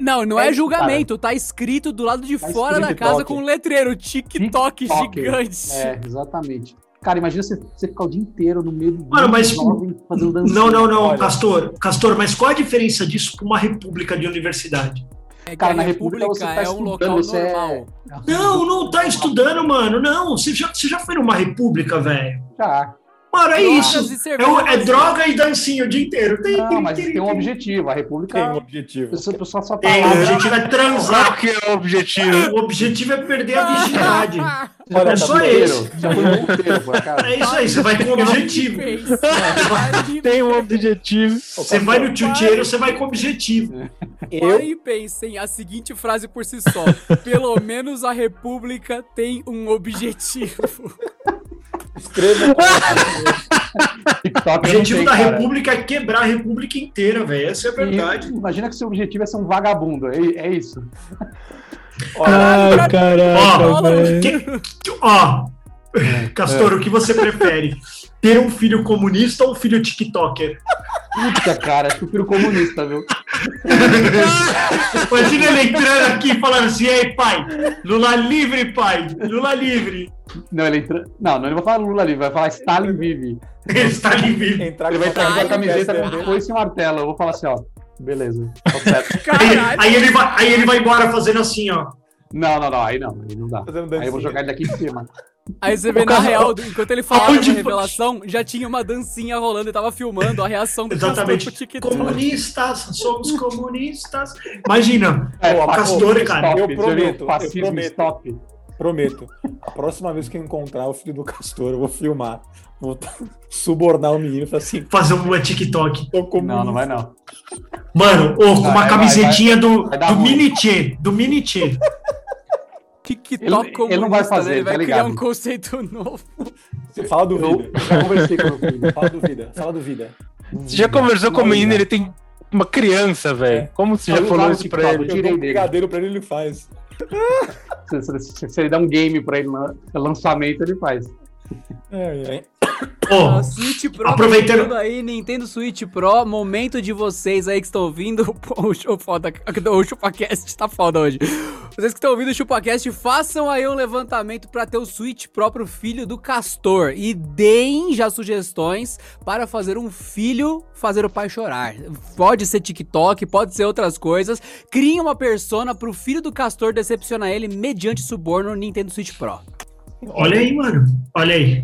F: Não, não
D: É
F: é,
D: isso,
F: julgamento, tá escrito do lado de
D: Tá
F: fora da
D: escrito
F: casa
B: TikTok.
F: com um letreiro TikTok,
D: TikTok.
F: gigante.
D: É, exatamente. Cara, imagina você, você ficar o dia inteiro no meio do
C: Mano, mas-
D: jovem fazendo dancinha.
C: Não, não, não,
B: Olha.
C: Castor. Castor, mas qual a diferença disso com uma república de universidade?
F: É que
D: Cara,
F: a
D: na
F: república,
D: República você tá
F: é um
D: estudando,
F: local
D: você é-
F: normal.
C: Não, não tá estudando, mano. Não, você já, você já foi numa república, velho?
D: Tá.
C: Mano, é
F: Drogas
C: isso.
F: e
C: É,
D: um-
F: cerveja
C: o- é
F: vazia.
C: droga e dancinha o dia inteiro. Tem,
D: assim. Não,
C: tem-
D: mas
C: tem-
D: tem um
C: tem-
D: objetivo. A República.
B: Tem um
D: a
B: objetivo.
D: pessoa, a pessoa só tá
C: Tem,
D: lá.
C: a gente vai
E: Qual
C: transar.
E: que é o objetivo?
C: O objetivo é perder a virgindade.
B: Olha,
C: é
B: tá
C: só
B: bom.
D: inteiro.
C: esse.
D: Já foi um inteiro, pô, cara.
C: É isso aí, você vai com o objetivo.
E: Tem um objetivo.
C: Você vai no tchutcheiro, você vai com o objetivo.
F: Eu... e pensem a seguinte frase por si só. Pelo menos a república tem um objetivo.
B: Escreva
D: TikTok
C: O
D: eu
C: objetivo
D: não
C: da
D: tenho, cara.
C: república é quebrar a república inteira, velho. Essa é a verdade.
D: E Imagina que seu objetivo é ser um vagabundo. É, é isso.
E: Ai,
C: Ó,
E: caraca, velho.
C: que- ó,
D: É,
C: Castor, o que você prefere? Ter um filho comunista ou um filho TikToker?
D: Puta, cara, acho que eu prefiro comunista, viu?
C: Imagina ele entrando aqui e falando assim, ei pai, Lula livre, pai, Lula livre.
D: Não, ele entra... Não, não, ele vai falar Lula ali, vai falar Stalin vive.
C: Está livre.
B: Entrar
D: Ele vai entrar aqui com a
B: Ai,
D: camiseta
B: meu
D: com
B: Deus.
D: foice e martelo. Eu vou falar assim, ó. Beleza. tá certo.
C: Aí,
F: Caralho.
C: aí ele vai, aí ele vai embora fazendo assim, ó.
D: Não, não, não. Aí não, aí não dá.
B: Fazendo
D: Aí eu vou
B: dancinha.
D: jogar ele daqui de cima.
F: Aí você vê, na real, do- enquanto ele falava
C: Aonde
F: essa
C: foi?
F: revelação, já tinha uma dancinha rolando, ele tava filmando a reação do
C: Exatamente.
F: Castor pro TikTok.
C: Comunistas, somos comunistas. Imagina,
D: É,
B: Pô,
C: Castor, cara.
D: Stop,
B: Eu
D: você
B: prometo,
D: viu?
B: eu
D: Fascismo,
B: prometo.
D: stop.
B: Prometo. A próxima vez que eu encontrar o filho do Castor, eu vou filmar. Vou subornar o menino e falar assim:
C: fazer um TikTok.
B: tô com
D: Não, não vai não.
C: Mano, ô, com
D: Vai,
C: uma
D: vai,
C: camisetinha do,
D: Vai dar
C: do
D: ruim.
C: Mini Tchê, do Mini Tchê.
F: TikTok
D: Ele- ele
F: comunista,
D: não vai fazer,
F: né? ele
D: tá
F: vai criar
D: ligado?
F: um conceito novo.
B: Fala do
D: Eu
B: vida.
D: já conversei com o meu filho.
B: Fala do vida. Fala do vida.
E: Você já conversou com o menino, ele tem uma criança,
C: É.
E: velho. Como você já
D: Eu
E: falou
D: usava
E: isso
D: o
E: pra
D: TikTok.
E: ele?
B: Eu
D: tirei
B: dou um
D: dele.
B: brigadeiro pra ele, ele faz.
D: Se, se, se, se ele dá um game pra ele lan- lançamento, ele faz.
B: É, é.
C: Ô,
F: A Switch Pro
C: Aproveitando-
F: aproveitando aí, Nintendo Switch Pro, momento de vocês aí que estão ouvindo o show foda, o ChupaCast tá foda hoje. Vocês que estão ouvindo o ChupaCast, façam aí um levantamento pra ter o Switch Pro pro filho do Castor e deem já sugestões para fazer um filho fazer o pai chorar. Pode ser TikTok, pode ser outras coisas. Criem uma persona pro filho do Castor decepcionar ele mediante suborno no Nintendo Switch Pro.
C: olha aí, mano. Olha aí.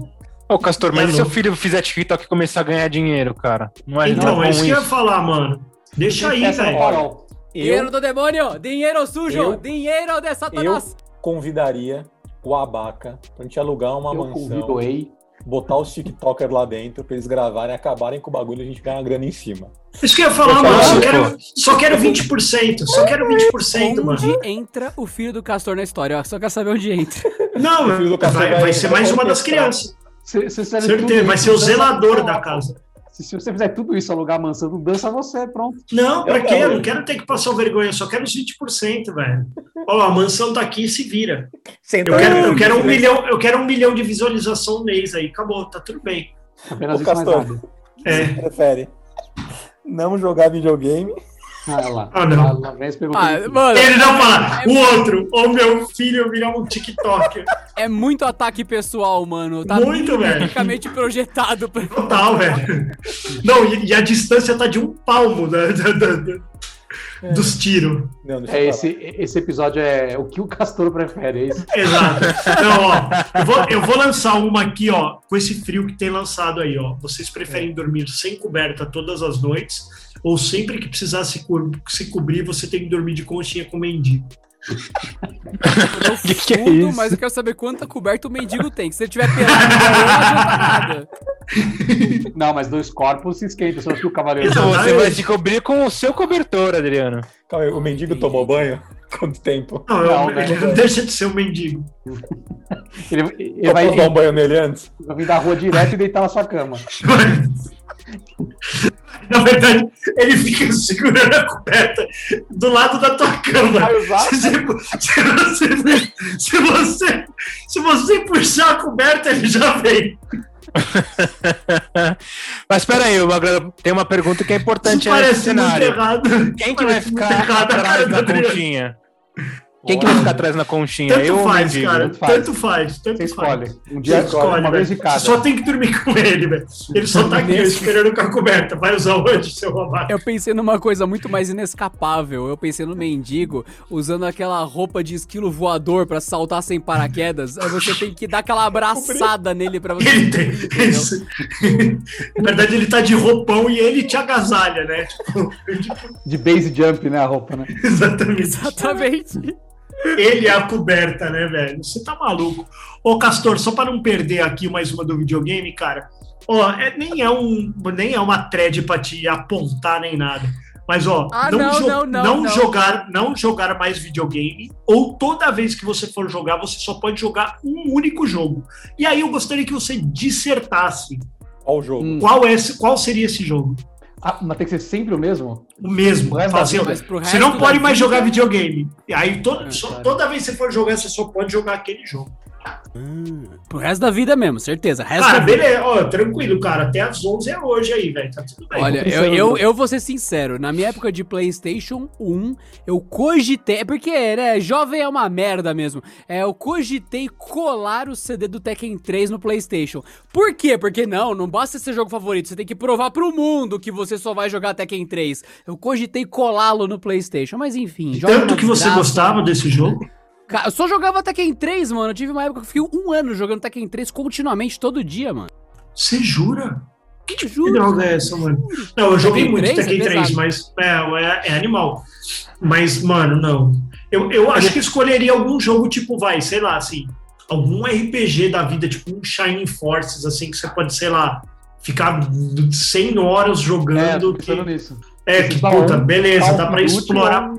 E: Ô, Castor, mas
C: Tá
E: e se seu
C: louco.
E: filho fizer TikTok e começar a ganhar dinheiro, cara? Não é,
C: Então,
E: não
C: é
E: é bom
C: isso que eu ia
E: isso.
C: falar, mano. Deixa aí,
D: Essa é a
C: velho.
D: moral.
B: Eu
F: Dinheiro do demônio! Dinheiro sujo!
B: Eu-
F: dinheiro de Satanás!
B: convidaria o Abaca pra gente alugar uma
D: Eu
B: mansão,
D: convido ele.
B: botar os TikTokers lá dentro pra eles gravarem, acabarem com o bagulho e a gente ganhar uma grana em cima.
C: É Isso que eu ia falar,
E: Eu
C: mano. Só
E: falo,
C: quero, só quero 20%. Só quero 20%,
F: Onde
C: mano.
F: entra o filho do Castor na história? Eu só quero saber onde entra.
C: Não,
B: filho do
C: vai,
B: Castor
C: vai
B: vai-
C: ser
B: vai
C: mais uma das
B: orquestrar.
C: crianças.
D: Se, se, se,
C: Certeza, vai ser o
D: tá
C: zelador da casa.
D: Se, se você fizer tudo isso, alugar a mansão do dança, você, pronto.
C: Não, pra
B: Eu
C: quê? Eu
B: quero.
C: não quero ter que passar vergonha, eu só quero os 20%, velho. Ó, a mansão tá aqui e se vira. Eu quero, eu quero um milhão, eu quero um milhão de visualização mês aí. Acabou, tá tudo bem.
D: Apenas
B: Ô,
D: isso mais
B: Castor.
D: nada.
C: É.
B: Prefere não jogar videogame
D: Ah, lá.
C: Ah, não.
D: Ah, lá, vem esse pelo que-
F: mano,
C: Ele não fala, o outro, ou meu filho virar um TikToker.
F: é muito ataque pessoal, mano. Tá
C: Muito, velho.
F: praticamente projetado pra...
C: Total, velho. Não, e, e a distância tá de um palmo da- da- da- da- dos tiros.
B: Não, deixa
D: É,
B: eu
D: esse, esse episódio é o que o Castor prefere, é isso?
C: Exato. Então, ó, eu vou, eu vou lançar uma aqui, ó, com esse frio que tem lançado aí, ó. Vocês preferem dormir sem coberta todas as noites ou sempre que precisar se, cu- se cobrir, você tem que dormir de conchinha com mendigo?
F: Eu
E: Que que é
F: fundo,
E: isso?
F: mas eu quero saber quanta coberta o mendigo tem. Que se ele tiver pelado, não adianta nada.
D: Não, mas dois corpos se esquentam, só que o cavaleiro.
E: Então você
C: Exatamente.
E: vai se cobrir com o seu cobertor, Adriano.
B: Calma aí, o mendigo tomou banho? Quanto tempo?
C: Não, eu-
D: Não, né?
C: ele não deixa de ser um mendigo.
D: Ele, ele
B: Eu
D: vai,
C: é
B: posso
D: ele
B: dar um banho nele antes?
D: vai vir da rua direto e deitar na sua cama.
C: Na verdade, ele fica segurando a coberta do lado da tua cama.
D: Vai usar?
C: Se, você- se você, se, você, se você puxar a coberta, ele já vem.
E: Mas peraí, eu agra- tem uma pergunta que é importante
C: Isso
E: aí nesse
C: parece muito
E: cenário.
C: errado.
E: Quem que vai
C: Parece muito
E: ficar
C: errado a cara
E: atrás
C: do
E: na
C: Adriano.
E: conchinha? Quem que vai ficar atrás na conchinha?
C: Tanto
E: eu ou o
C: faz,
E: mendigo?
C: cara.
D: Tanto faz.
C: Tanto faz. Tanto
D: Você
C: faz.
D: escolhe. Um
C: Você
D: dia escolhe,
C: escolhe,
D: uma vez de
C: velho.
D: cada.
C: Você só tem que dormir com ele, velho. Ele só tá aqui esperando com a coberta. Vai usar hoje, seu babaca.
F: Eu pensei numa coisa muito mais inescapável. Eu pensei no mendigo usando aquela roupa de esquilo voador pra saltar sem paraquedas. Aí você tem que dar aquela abraçada nele pra você.
C: Ele tem. Isso. Na verdade, ele tá de roupão e ele te agasalha, né? Tipo,
D: De base jump, né, a roupa, né?
C: exatamente.
F: Tá Exatamente.
C: Ele é a coberta, né, velho? Você tá maluco. Ô, Castor, só pra não perder aqui mais uma do videogame, cara. Ó, é- nem, é um, nem é uma thread pra te apontar nem nada. Mas, ó,
F: Ah, não, não, não, não.
C: jogar não jogar mais videogame, ou toda vez que você for jogar, você só pode jogar um único jogo. E aí eu gostaria que você dissertasse
B: Olha o jogo.
D: Hum.
C: qual, é, esse- qual seria esse jogo.
D: Ah, mas tem que ser sempre o mesmo?
C: O mesmo.
D: Mas,
C: Fala assim, ó,
F: mas pro
C: você
F: resto
C: não pode
F: da
C: mais
F: vida-
C: jogar videogame. E aí, to-
F: É,
C: só-
F: cara.
C: toda vez que você for jogar, você só pode jogar aquele jogo.
F: Pro resto da vida mesmo, certeza. Resto
C: Cara,
F: da vida.
C: beleza, ó, tranquilo, cara. Até as 11 é hoje aí, velho. Tá tudo bem.
F: Olha, eu, eu, eu vou ser sincero, na minha época de PlayStation 1, eu cogitei. É porque, né, jovem é uma merda mesmo. É, eu cogitei colar o CD do Tekken 3 no PlayStation. Por quê? Porque não, não basta ser jogo favorito, você tem que provar pro mundo que você só vai jogar Tekken 3. Eu cogitei colá-lo no PlayStation, mas enfim. jovem é
C: Tanto
F: uma
C: que você
F: desgraça.
C: gostava desse jogo.
F: Ca- Eu só jogava Tekken 3, mano. Eu tive uma época que eu fiquei um ano jogando Tekken 3 continuamente, todo dia, mano.
C: Você jura?
F: Que te
C: Que
F: juro.
C: droga é essa, mano? Não, eu joguei
F: Tekken
C: muito
F: 3 é
C: Tekken 3,
F: pesado.
C: mas é, é, é animal. Mas, mano, não. Eu, eu acho que escolheria algum jogo, tipo, vai, sei lá, assim, algum RPG da vida, tipo um Shining Forces, assim, que você pode, sei lá, ficar 100 horas
D: É, tô
C: jogando.
D: pensando
C: que,
D: nisso.
C: é, que
D: Tá
C: puta,
D: bom.
F: um
C: beleza,
D: Call
C: dá
D: of
C: pra
D: Duty
C: explorar.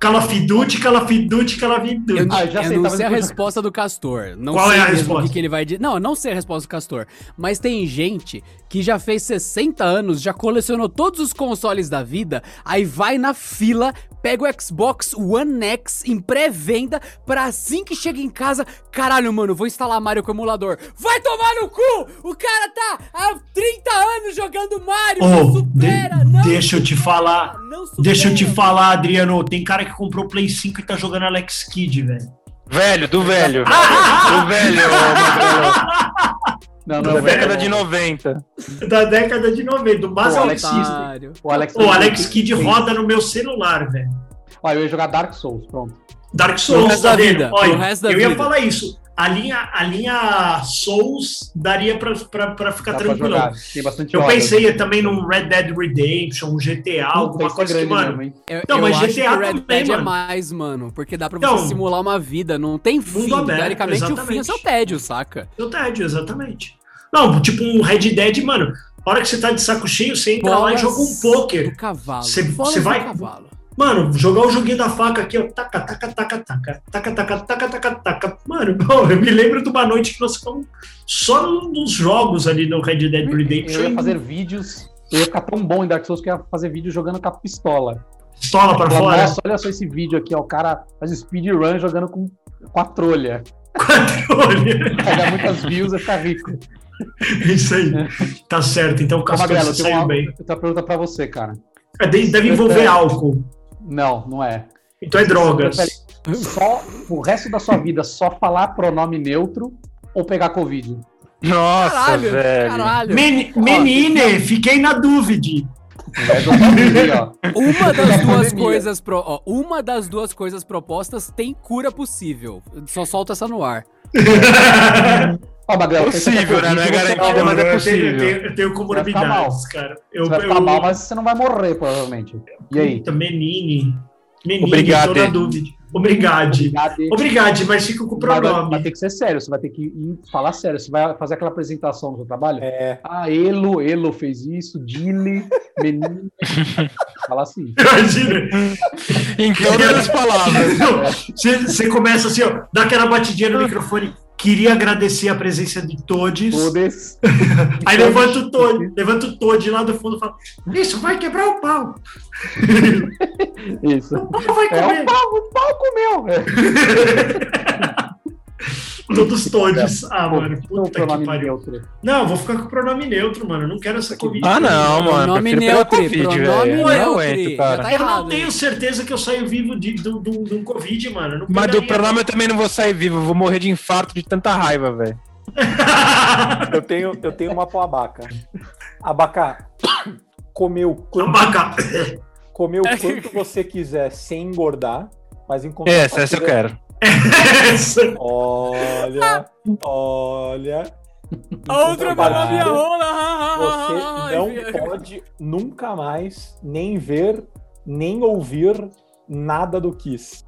C: Call of Duty, Call of Duty, Call of Duty.
F: Eu,
D: Ah, já
F: eu
D: sei,
F: não
D: tava
F: sei a
D: no-
F: resposta do Castor. Não
C: Qual
F: sei
C: é a
F: mesmo
C: resposta?
F: O que, que ele vai dizer. Não, eu não sei a resposta do Castor. Mas tem gente que já fez 60 anos, já colecionou todos os consoles da vida, aí vai na fila, pega o Xbox One X em pré-venda, pra assim que chega em casa, caralho, mano, vou instalar Mario com o emulador. Vai tomar no cu! O cara tá há 30 anos jogando Mario!
C: Oh,
F: não supera,
C: de-
F: não
C: deixa eu te
F: supera,
C: falar,
F: não
C: Deixa eu te
F: supera.
C: falar, Adriano, tem cara que comprou Play 5 e tá jogando Alex Kidd, velho.
E: Velho, do velho.
C: Ah!
E: do velho. Marcelo.
D: Não,
E: Da
D: não, é,
E: década
D: não.
E: de 90.
C: Da década de 90, do Mass
D: Pô,
C: Alex
D: Alex
C: Kidd.
F: Otário.
D: O Alex,
C: O Alex Kidd
D: Sim.
C: roda no meu celular, velho.
D: Ah, eu ia jogar Dark Souls, pronto.
C: Dark Souls,
F: Pro resto da
C: tá vendo?
F: vida, pro
C: Olha,
F: resto da
C: eu ia
F: vida.
C: falar isso. A linha, a linha Souls daria pra, pra, pra ficar
D: Dá pra
C: Tá tranquilo.
D: jogar. Tem bastante
C: Eu
D: horas.
C: pensei também num Red Dead Redemption, um GTA,
D: Puta,
C: alguma
D: isso é
C: coisa que,
D: grande
C: mano.
D: mesmo, hein?
F: Eu,
C: Não,
F: eu
C: mas
F: acho
C: GTA
F: que o Red
C: também,
F: Dead é
C: mano.
F: mais, mano. Porque dá pra
C: Então,
F: você simular uma vida, não tem fim.
C: aberto,
F: Teoricamente, o fim é
C: exatamente.
F: seu tédio, saca?
C: Eu tédio, exatamente. Não, tipo um Red Dead, mano. A hora que você tá de saco cheio, você entra lá e joga um poker.
F: do cavalo.
C: Cê-
F: Bolas
C: cê
F: do
C: vai-
F: cavalo.
C: Mano, jogar o joguinho da faca aqui, ó. Taca, taca, taca, taca. Taca, taca, taca, taca, taca. Mano, bom, eu me lembro de uma noite que nós ficamos só no- nos jogos ali no Red Dead
D: Eu ia
C: Redemption.
D: fazer vídeos. Eu ia ficar tão bom em Dark Souls que eu ia fazer vídeo jogando com a pistola.
C: Pistola pra
D: Falar,
C: Tá fora.
D: Nossa, olha só esse vídeo aqui, ó. O cara faz speedrun jogando com, com a trolha.
C: Olha,
D: Pegar muitas views e ficar rico.
C: é Isso aí. Tá certo. Então o
D: Ô,
C: Castor
D: Magrelo,
C: se
D: eu tenho
C: saiu
D: uma
C: bem.
D: outra pergunta pra você, cara.
C: É, de- Deve envolver álcool.
D: Não, não é.
C: Então é drogas.
D: Só o resto da sua vida, só falar pronome neutro ou pegar Covid?
E: Nossa,
F: Caralho,
E: velho.
F: caralho.
C: Men- Menine, fiquei na dúvida.
D: É do Covid, ó.
F: Uma
D: Da
F: das duas
D: pandemia.
F: coisas pro... ó, uma das duas coisas propostas tem cura possível. Só solta essa no ar.
D: Ó, Magrelo, pensa que é
E: Possível, né? Não é
D: Covid, você
E: garantido,
D: vai-
E: mas é
C: Eu tenho, eu
E: possível.
C: tenho- eu tenho comorbidades, cara. Eu,
D: Você vai
C: eu-
D: ficar mal, mas você não vai morrer, provavelmente. E aí?
C: Puta, Menine. Menine,
E: Obrigado,
C: tô na
E: hein.
C: dúvida. Obrigado.
D: Obrigado.
C: Obrigado, mas fica com o
D: Mas Vai, vai
C: pronome.
D: ter que ser sério, você vai ter que ir falar sério, você vai fazer aquela apresentação do seu trabalho.
B: É,
D: Ah, Elo, Elo fez isso, Dile, menino. Fala assim.
C: Imagina.
E: Em todas as
D: é
E: palavras.
C: Não, Você você começa assim, ó, dá aquela batidinha no microfone. Queria agradecer a presença de todos.
D: Todes.
C: Aí levanta o Todd, levanta o Todd lá do fundo e fala: Isso vai quebrar o pau.
D: Isso.
C: O pau vai
D: É o
C: comer.
D: pau, o pau comeu. É.
C: Todos Todes. Ah, mano,
D: Não,
C: puta que
D: É. pronome
C: pariu.
D: neutro.
C: Não, eu vou ficar com o pronome neutro, mano. Eu não quero essa comida.
E: Ah, não, mano.
F: Pronome
E: Prefiro pegar
F: neutro,
E: Covid,
F: pronome
E: velho. Eu não
F: neutro.
E: aguento,
F: Já
E: cara.
F: tá
C: Eu
F: errado.
C: não tenho certeza que eu saio vivo de, do, do, do Covid, mano. Eu não
E: Mas do
C: pegaria.
E: pronome eu também não vou sair vivo. Eu vou morrer de infarto de tanta raiva, velho.
B: eu tenho, eu tenho uma pro abaca. Abaca, comeu quanto,
C: Abaca.
B: comeu quanto você quiser sem engordar, mas em
E: É, Essa, essa eu quero.
C: Essa.
B: Olha, olha.
F: Outro
B: Trabalhar.
F: mamãe Ah,
B: Você
F: rola.
B: não pode nunca mais nem ver, nem ouvir nada do Kiss.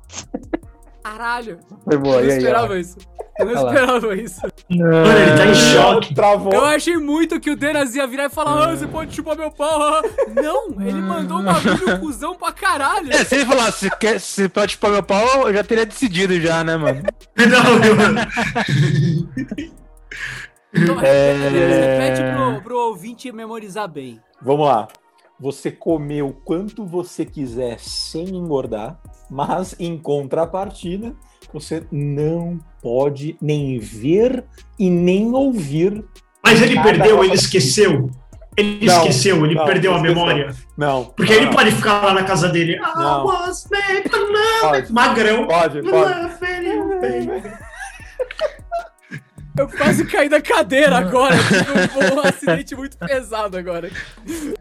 F: Caralho.
D: Foi boa, e
F: eu não
D: aí? ó.
F: esperava isso. Eu
D: Olha
F: não
D: lá.
F: esperava isso.
C: Mano, ele
E: É.
C: tá em choque.
B: Travou.
F: Eu achei muito que o Denas ia virar e falar, ah, você pode chupar meu pau. ah." Não, ele mandou um bagulho cuzão pra caralho.
E: É, se ele falasse, "Você quer, se pode chupar meu pau, eu já teria decidido já, né, mano?
C: Não, eu-
F: Então,
E: É.
F: repete, Denas, repete pro, pro ouvinte memorizar bem.
B: Vamos lá. Você comeu quanto você quiser sem engordar, mas em contrapartida, Você não pode nem ver e nem ouvir.
C: Mas ele
B: Nada
C: perdeu,
B: pra
C: ele
B: fazer.
C: esqueceu. Ele
B: Não,
C: esqueceu, ele
B: não,
C: perdeu a
B: esqueceu.
C: memória.
B: Não.
C: Porque
B: não,
C: ele pode ficar lá na casa dele. Ah,
B: Não.
C: was made to love
B: Pode,
C: Magrão.
B: pode, pode.
C: Love you, baby.
F: Eu quase caí da cadeira agora. Tive um, um acidente muito pesado agora.
E: Mas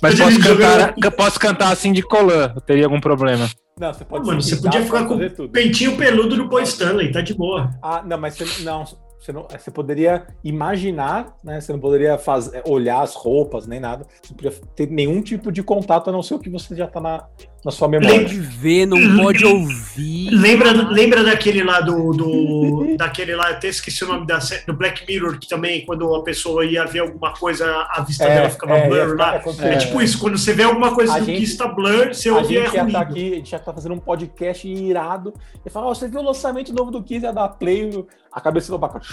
C: Mas
E: posso
C: ele
E: cantar, posso cantar assim de colã, eu teria algum problema.
B: Não, você pode
C: Ah, Mano,
B: se
C: você
B: pintar,
C: podia ficar
B: pode
C: com
B: fazer
C: o
B: tudo.
C: peitinho peludo do Paul Stanley, tá de boa.
B: Ah, não, mas você não, você não, você poderia imaginar, né? Você não poderia fazer, olhar as roupas nem nada. Você não podia ter nenhum tipo de contato a não ser o que você já tá na, na sua memória.
F: Pode ver, não pode ouvir.
C: Lembra,
B: Ah.
C: lembra daquele lá do, do. Daquele lá, até esqueci o nome da série, do Black Mirror, que também, quando a pessoa ia ver alguma coisa, a vista dela ficava
B: é,
C: blur
B: é,
C: lá.
B: aconteceu.
C: É, tipo isso, quando você vê alguma coisa
B: A
C: do
B: gente-
C: que está blur, você
B: A
C: ouve é
B: gente já
C: ruim.
B: tá aqui, a gente já tá fazendo um podcast irado. E fala, ó, você viu o lançamento novo do Kiss, ia dar play, a cabeça do abacate.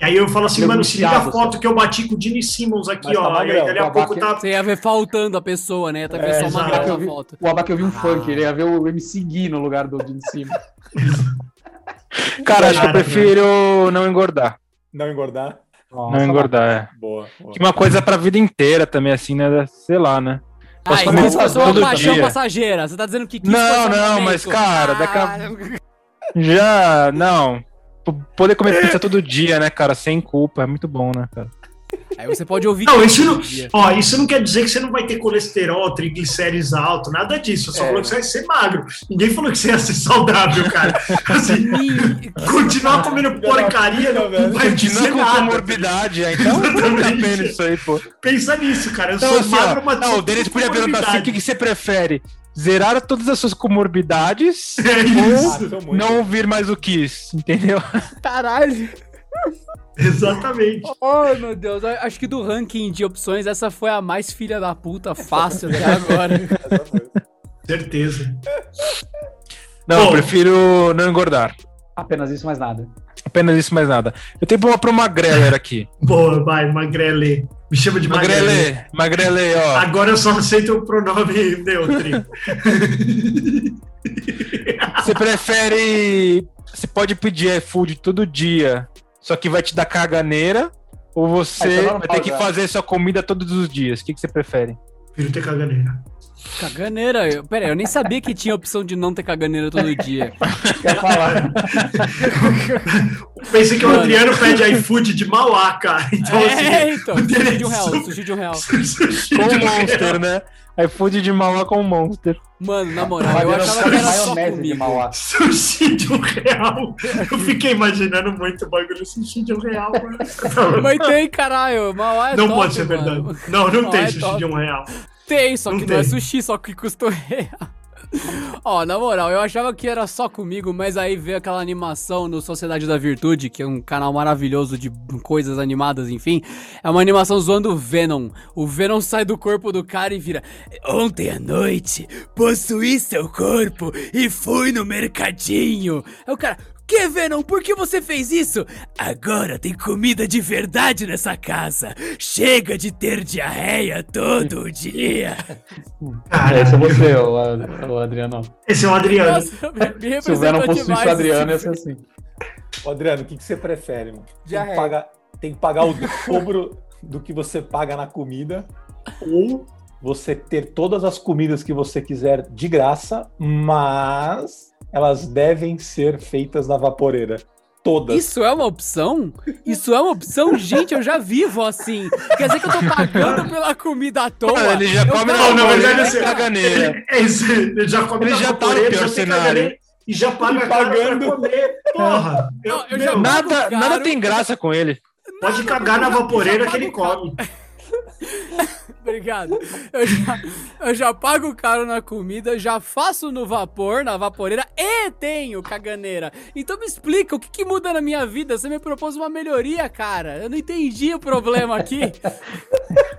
C: Aí eu falo assim,
D: Meu
C: mano, se liga a
D: Thiago,
C: foto que eu bati com o Dini Simmons aqui,
B: Mas tá
C: ó. aí
B: magrelo,
C: dali a
D: tá
C: pouco
D: baqueiro.
C: tá.
F: Você ia ver faltando a pessoa, né? Tá
B: É,
F: vendo só
C: exato.
F: uma grana
D: Eu
F: na
D: vi-
F: foto.
D: O Abaca, eu vi um
F: Ah.
D: funk, ele ia ver o MC Gui no lugar do de cima.
E: Cara, acho que
C: Cara,
E: eu prefiro não engordar.
B: Não engordar.
E: Não engordar, é.
B: Boa. boa.
E: Que Uma coisa pra vida inteira também, assim, né? Sei lá, né?
F: Ah,
E: Posso
F: então isso
E: começar
F: foi só uma
E: todo
F: paixão
E: dia.
F: passageira. Você tá dizendo que quis
E: Não,
F: foi só um
E: não,
F: momento.
E: mas, cara, daqui a-
F: Ah,
E: Já, não. P- Poder comer pizza todo dia, né, cara? Sem culpa. É muito bom, né, cara?
F: Aí você pode ouvir.
C: Não,
F: todo
C: isso não,
F: dia.
C: ó, isso não quer dizer que você não vai ter colesterol, triglicérides alto, nada disso. Só
B: É.
C: falou que você vai ser magro. Ninguém falou que você ia ser saudável, cara. Assim,
F: Ih,
C: continuar comendo porcaria não,
B: velho.
C: vai dizer
E: Continua com
C: nada.
E: comorbidade, é, então vale a pena isso aí, pô.
C: Pensa nisso, cara. Eu
E: Então,
C: sou
E: assim,
C: magro,
E: ó,
C: mas
E: não,
C: sou
E: o Denis
C: com
E: podia perguntar assim, o que,
C: comorbidade.
E: que você prefere? Zerar todas as suas comorbidades
C: É
B: Ah,
C: isso,
B: são muito.
E: não ouvir mais o Kiss, entendeu?
F: Caralho.
C: exatamente.
F: Oh, meu Deus. a- Acho que do ranking de opções, essa foi a mais filha da puta fácil até agora.
C: Certeza.
E: Não,
C: Bom.
E: eu prefiro não engordar.
D: Apenas isso, mais nada.
E: Apenas isso, mais nada. Eu tenho uma pro Magreller aqui.
C: Boa, vai, Magrele. Me chama de Magrele.
E: Magrele, Magrele, ó.
C: Agora eu só aceito o pronome neutro.
E: Você prefere. Você pode pedir iFood todo dia, só que vai te dar caganeira. Ou
D: Ah,
E: você
D: então não
E: vai ter
D: pode,
E: que
D: né?
E: fazer sua comida todos os dias? O que, que você prefere?
C: Prefiro ter caganeira.
F: Caganeira. eu- Pera aí, eu nem sabia que tinha a opção de não ter caganeira todo dia.
D: Quer falar?
C: Pensei que o
F: Mano.
C: Adriano pede iFood de Mauá, cara. Então,
F: É, então.
C: o
F: Sushi de
C: Denis
F: um real.
C: super-
F: Sushi de um real.
C: assim, sushi
E: Com
C: de
E: Monster, né? iFood de Mauá com Monster.
F: Mano, na moral, eu achava que era
D: maionese
F: só
D: de
F: comigo.
D: Mauá.
C: Sushi de um real. Eu fiquei imaginando muito o bagulho sushi de um real, mano.
F: Mas tem, caralho. Mauá é
C: Não
F: top,
C: pode ser verdade.
F: mano.
C: Não, não
F: Não,
C: tem
F: é
C: sushi
F: top.
C: de um real.
F: Tem, só
C: Não
F: que não é
C: tem.
F: sushi, só que custa um real. Ó, na moral, eu achava que era só comigo, mas aí veio aquela animação no Sociedade da Virtude, que é um canal maravilhoso de coisas animadas, enfim. É uma animação zoando o Venom. O Venom sai do corpo do cara e vira: Ontem à noite, possuí seu corpo e fui no mercadinho. Aí o cara. Que Venom, por que você fez isso? Agora tem comida de verdade nessa casa. Chega de ter diarreia todo dia.
C: Cara,
D: Esse é você, o, Ad- o Adriano.
C: esse é o Adriano.
F: Nossa, me
D: Se o Venom
F: representou
D: fosse o
F: demais
D: Adriano, ia
F: esse
D: ser assim.
B: Ô, Adriano, o que, que você prefere, mano? Tem que,
F: Diarreia.
B: pagar, tem que pagar o dobro do que você paga na comida ou você ter todas as comidas que você quiser de graça, mas elas devem ser feitas na vaporeira. Todas.
F: Isso é uma opção? Isso é uma opção? Gente, eu já vivo assim. Quer dizer que eu tô pagando pela comida à toa?
E: Mano, ele já
F: Eu
E: come
F: pago-
C: Não, na verdade,
F: é
E: Ele
C: assim,
E: tem caganeira.
C: ele, esse- ele já come
E: Ele
C: na
E: já tá no
C: vaporeira,
E: pior
C: tem
E: cenário.
C: caganeira E já paga
B: E
C: pagando
B: pagando.
C: pra comer. Porra. Eu,
F: Não, eu já-
C: meu,
E: Nada,
F: Caro.
E: nada tem graça com ele.
C: pode cagar na vaporeira que ele
F: pago caro.
C: come.
F: Obrigado. Eu já, eu já pago caro na comida, já faço no vapor, na vaporeira e tenho caganeira. Então me explica, o que, que muda na minha vida? Você me propôs uma melhoria, cara. Eu não entendi o problema aqui.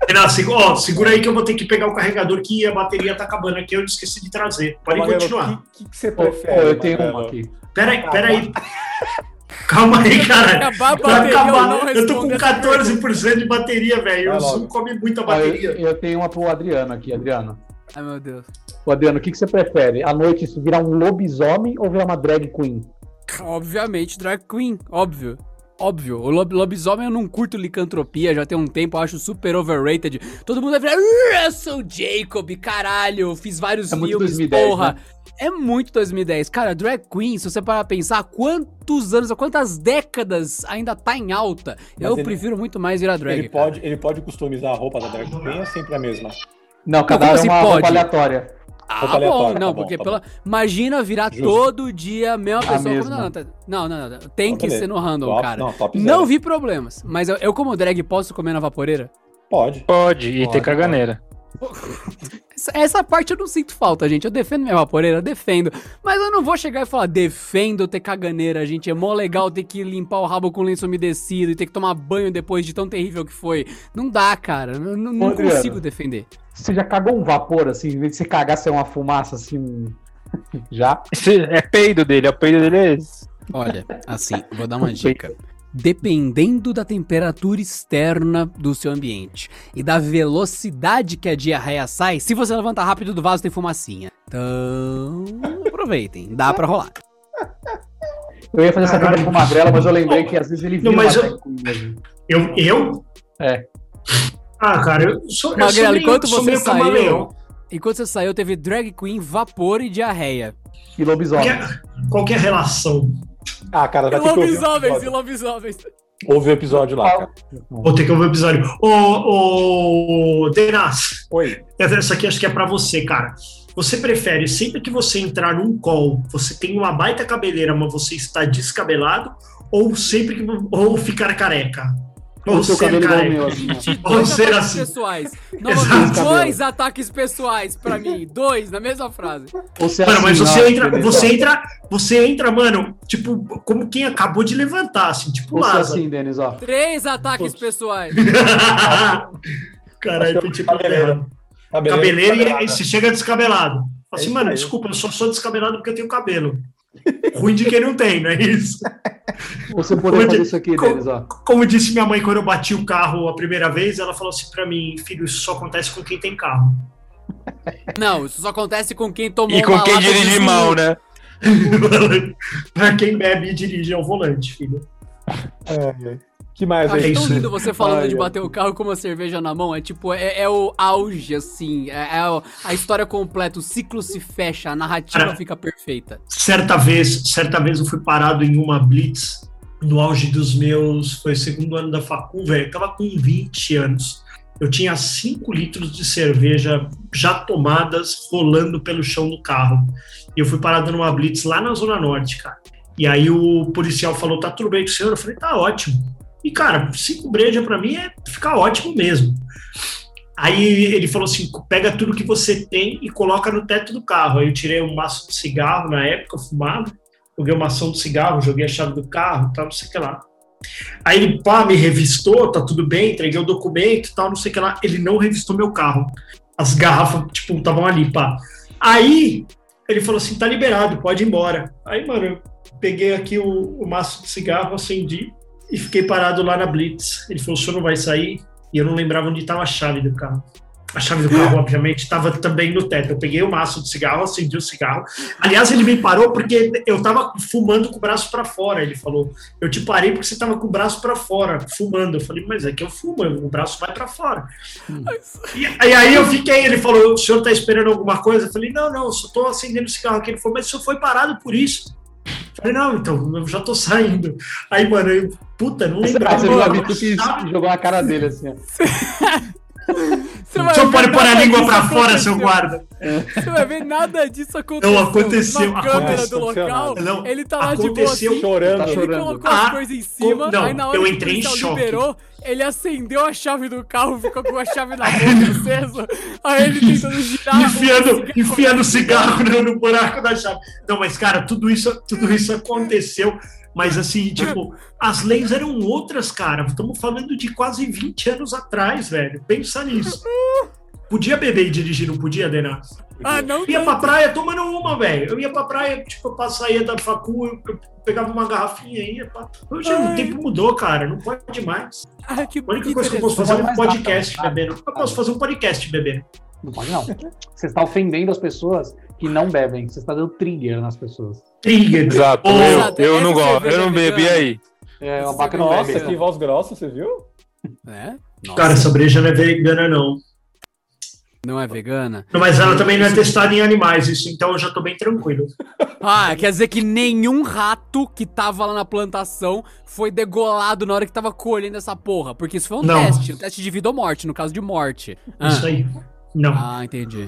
C: Renato, seg- ó, segura aí que eu vou ter que pegar o carregador que a bateria tá acabando aqui, eu esqueci de trazer. Pode
B: Magrelo,
C: continuar.
B: O que, que você
D: Ô,
B: prefere?
D: ô, eu tenho
B: Magrelo?
D: uma aqui.
C: Pera aí, pera aí. Calma aí, cara.
F: Acabar a
C: Vai
F: bateria, eu não
C: acabar. né? Eu tô com
F: respondo essa
C: 14% de bateria, velho.
B: Vai
C: O
B: logo.
C: Zoom come muita
D: Ó, Eu,
C: bateria.
D: eu tenho uma pro Adriano aqui, Adriano.
F: Ai, meu Deus.
D: Ô, Adriano, o que, que você prefere? À noite isso virar um lobisomem ou virar uma drag queen?
F: Obviamente, drag queen, óbvio. Óbvio, o lob- lobisomem eu não curto licantropia, já tem um tempo, eu acho super overrated. Todo mundo vai virar Russell Jacob, caralho, fiz vários
D: É muito
F: filmes,
D: 2010,
B: né?
F: porra. É muito 2010. Cara, drag queen, se você parar pra pensar, quantos anos, quantas décadas ainda tá em alta? eu
B: ele-
F: prefiro muito mais virar drag.
B: Ele
F: cara.
B: pode, ele pode customizar a roupa da drag queen ou é sempre a mesma?
D: Não, cada um é
E: assim,
F: se
D: uma roupa
F: pode?
D: aleatória.
F: Ah,
B: Roupa
F: bom,
B: aleatória,
F: não,
B: tá bom,
F: porque
B: tá
F: pela. Imagina virar
B: Justo.
F: todo dia a mesma pessoa. como-
D: mesma.
F: Não, tá- não, não, não, Tem
B: Então,
F: que
B: beleza.
F: ser no random,
B: Top-
F: um cara.
B: Não, top zero.
F: Não vi problemas, mas eu, eu como drag posso comer na vaporeira?
B: Pode.
E: Pode, e
F: Pode,
E: tem caganeira.
F: Essa, essa parte eu não sinto falta, gente. Eu defendo minha vaporeira, eu defendo. Mas eu não vou chegar e falar, defendo ter caganeira, gente. É mó legal ter que limpar o rabo com lenço umedecido e ter que tomar banho depois de tão terrível que foi. Não dá, cara. Eu Não, não
D: Ô, Adriano.
F: consigo defender.
D: Você já cagou um vapor, assim, em vez de você cagar, você é uma fumaça, assim, um- já?
E: Esse é peido dele, é o peido dele é esse.
F: Olha, assim, vou dar uma dica. Dependendo da temperatura externa do seu ambiente e da velocidade que a diarreia sai, se você levantar rápido do vaso, tem fumacinha. Então, aproveitem, dá pra rolar.
D: Eu ia fazer essa
C: Caralho.
D: pergunta com o Magrela, mas eu lembrei que às vezes ele
C: Não,
D: vira
C: mas
D: uma
C: eu-
D: drag queen mesmo.
C: Eu? eu?
D: É.
C: Ah, cara, eu sou, eu sou
F: Magrelo,
C: meio,
F: enquanto
C: sou
F: você
C: meio camaleão.
F: saiu. Enquanto você saiu, teve drag queen, vapor e diarreia.
D: E lobisomem.
C: Qualquer, qualquer relação.
B: Ah, cara, vai ter que ouvir. o episódio.
F: lobisomens.
B: Ouve o episódio lá, cara.
C: Vou ter que ouvir o episódio. Ô, ô, Denas,
B: Oi.
C: essa aqui acho que é pra você, cara. Você prefere, sempre que você entrar num call, você tem uma baita cabeleira, mas você está descabelado, ou sempre que, ou ficar careca? Ou
D: O seu
C: ser
D: cabelo igual o
C: careca.
D: meu, assim. ó.
C: Ou
F: Dois
C: ser
F: ataques
C: assim.
F: pessoais.
C: Exato,
F: Novamente,
D: cabelo.
F: dois ataques pessoais pra mim. Dois, na mesma frase.
D: Ou você é
C: Mano, mas
D: assim,
C: você
D: ó,
C: entra,
D: beleza,
C: você é
D: ó.
C: entra, você entra, mano, tipo, como quem acabou de levantar, assim, tipo
D: Ou você é
C: Lázaro.
D: assim, Denis, ó.
F: Três ataques pessoais.
C: Caralho,
B: Acho que
C: tem
B: eu-
C: tipo
B: cabeleiro. Tá
C: cabeleiro e aí
B: cabelada.
C: você chega descabelado. Fala
B: É
C: assim,
B: isso
C: mano,
B: aí.
C: desculpa, eu só sou descabelado porque eu tenho cabelo. Ruim de quem não tem, não é isso?
D: Ou você
C: Como é
D: poderia fazer
C: di-
D: isso aqui,
C: co-
D: Denis, ó.
C: Como disse minha mãe quando eu bati o carro a primeira vez, ela falou assim pra mim, filho, isso só acontece com quem tem carro.
F: Não, isso só acontece com quem tomou
E: E com
F: uma
E: quem
F: lata de
E: dirige
F: suco.
E: mal, né?
C: pra quem bebe e dirige ao volante, filho.
B: Que mais
F: Acho
B: aí?
F: tão
C: isso.
F: lindo você falando
B: Ai,
F: de
B: ai.
F: bater o carro com uma cerveja na mão. É tipo, é, é o auge, assim. É, é o- a história completa, o ciclo se fecha, a narrativa
C: Cara.
F: fica perfeita.
C: certa vez, certa vez eu fui parado em uma blitz no auge dos meus, foi segundo ano da facu, velho, eu tava com 20 anos. Eu tinha 5 litros de cerveja já tomadas, rolando pelo chão do carro. E eu fui parado numa blitz lá na Zona Norte, cara. E aí o policial falou, tá tudo bem com o senhor? Eu falei, tá ótimo. E, cara, cinco breja pra mim é ficar ótimo mesmo. Aí ele falou assim: pega tudo que você tem e coloca no teto do carro. Aí eu tirei um maço de cigarro na época, eu fumava, joguei um maçom de cigarro, joguei a chave do carro, tal, não sei o que lá. Aí ele pá, me revistou, tá tudo bem, entreguei o documento, tal, não sei o que lá. Ele não revistou meu carro. As garrafas, tipo, estavam ali, pá. Aí ele falou assim: tá liberado, pode ir embora. Aí, mano, eu peguei aqui o, o maço de cigarro, acendi e fiquei parado lá na Blitz. Ele falou: o senhor não vai sair? e eu não lembrava onde estava a chave do carro. A chave do carro, obviamente, estava também no teto. Eu peguei o maço de cigarro, acendi o cigarro. Aliás, ele me parou porque eu estava fumando com o braço para fora. Ele falou: Eu te parei porque você estava com o braço para fora, fumando. Eu falei: Mas é que eu fumo, o braço vai para fora. E, e aí eu fiquei. Ele falou: O senhor está esperando alguma coisa? Eu falei: Não, não, eu só estou acendendo o cigarro aqui. Ele falou: Mas o senhor foi parado por isso. Eu falei: Não, então, eu já estou saindo. Aí, mano, eu, puta, não
D: Ah,
C: lembrava.
D: Você viu a
C: Mano,
D: Vitu que
C: sabe?
D: jogou na cara dele, assim, ó.
F: Você
C: O senhor pode pôr a língua pra fora, seu guarda.
F: Você vai ver nada disso aconteceu.
C: Não, aconteceu,
F: Na câmera do
B: aconteceu.
F: local,
C: Não,
F: ele tá lá de
C: aconteceu.
F: boa assim.
B: Chorando.
D: Tá
F: Ele
D: chorando.
F: colocou
C: Ah,
F: as coisas em cima,
C: não,
F: aí na hora
C: eu
F: que o
C: entrei em
F: policial
C: choque.
F: liberou, ele acendeu a chave do carro, ficou com a chave na boca acesa, aí ele tentando girar. o
C: Enfiando,
F: cigarro.
C: enfiando o cigarro no, no buraco da chave. Não, mas, cara, tudo isso, tudo isso aconteceu. Mas, assim, tipo, as leis eram outras, cara. Estamos falando de quase 20 anos atrás, velho. Pensa nisso. Podia beber e dirigir, não podia, Denar?
F: Ah, não
C: Eu ia pra
F: tanto.
C: praia tomando uma, velho. Eu ia pra praia, tipo, eu saía da facu, eu, eu pegava uma garrafinha e ia pra... Hoje
F: Ai.
C: o tempo mudou, cara. Não pode mais.
F: Ah, que
C: A única
F: que
C: coisa que eu posso
F: interessante.
C: fazer é um
D: Mas dá pra
C: podcast
D: voltar.
C: bebendo. Eu posso fazer um podcast bebendo.
D: Não pode, não. Você está ofendendo as pessoas que não bebem. Você está dando trigger nas pessoas.
C: Trigger.
E: Exato.
C: Ô,
F: Exato,
E: Eu, eu não
F: essa
E: gosto, eu não
F: cerveja
E: bebi
F: vegana.
E: aí.
D: É, uma
F: Você
D: vaca não
B: Nossa,
D: bebe.
B: que voz grossa, você viu?
F: Né? Nossa,
C: Cara, essa breja não é vegana, não.
F: não é vegana?
C: Não, Mas ela também não é testada em animais, isso, então eu já tô bem tranquilo.
F: Ah, quer dizer que nenhum rato que tava lá na plantação foi degolado na hora que tava colhendo essa porra. Porque isso foi um
C: Não.
F: teste, um teste de vida ou morte, no caso de morte. Ah,
C: É Isso aí. Não.
F: ah entendi.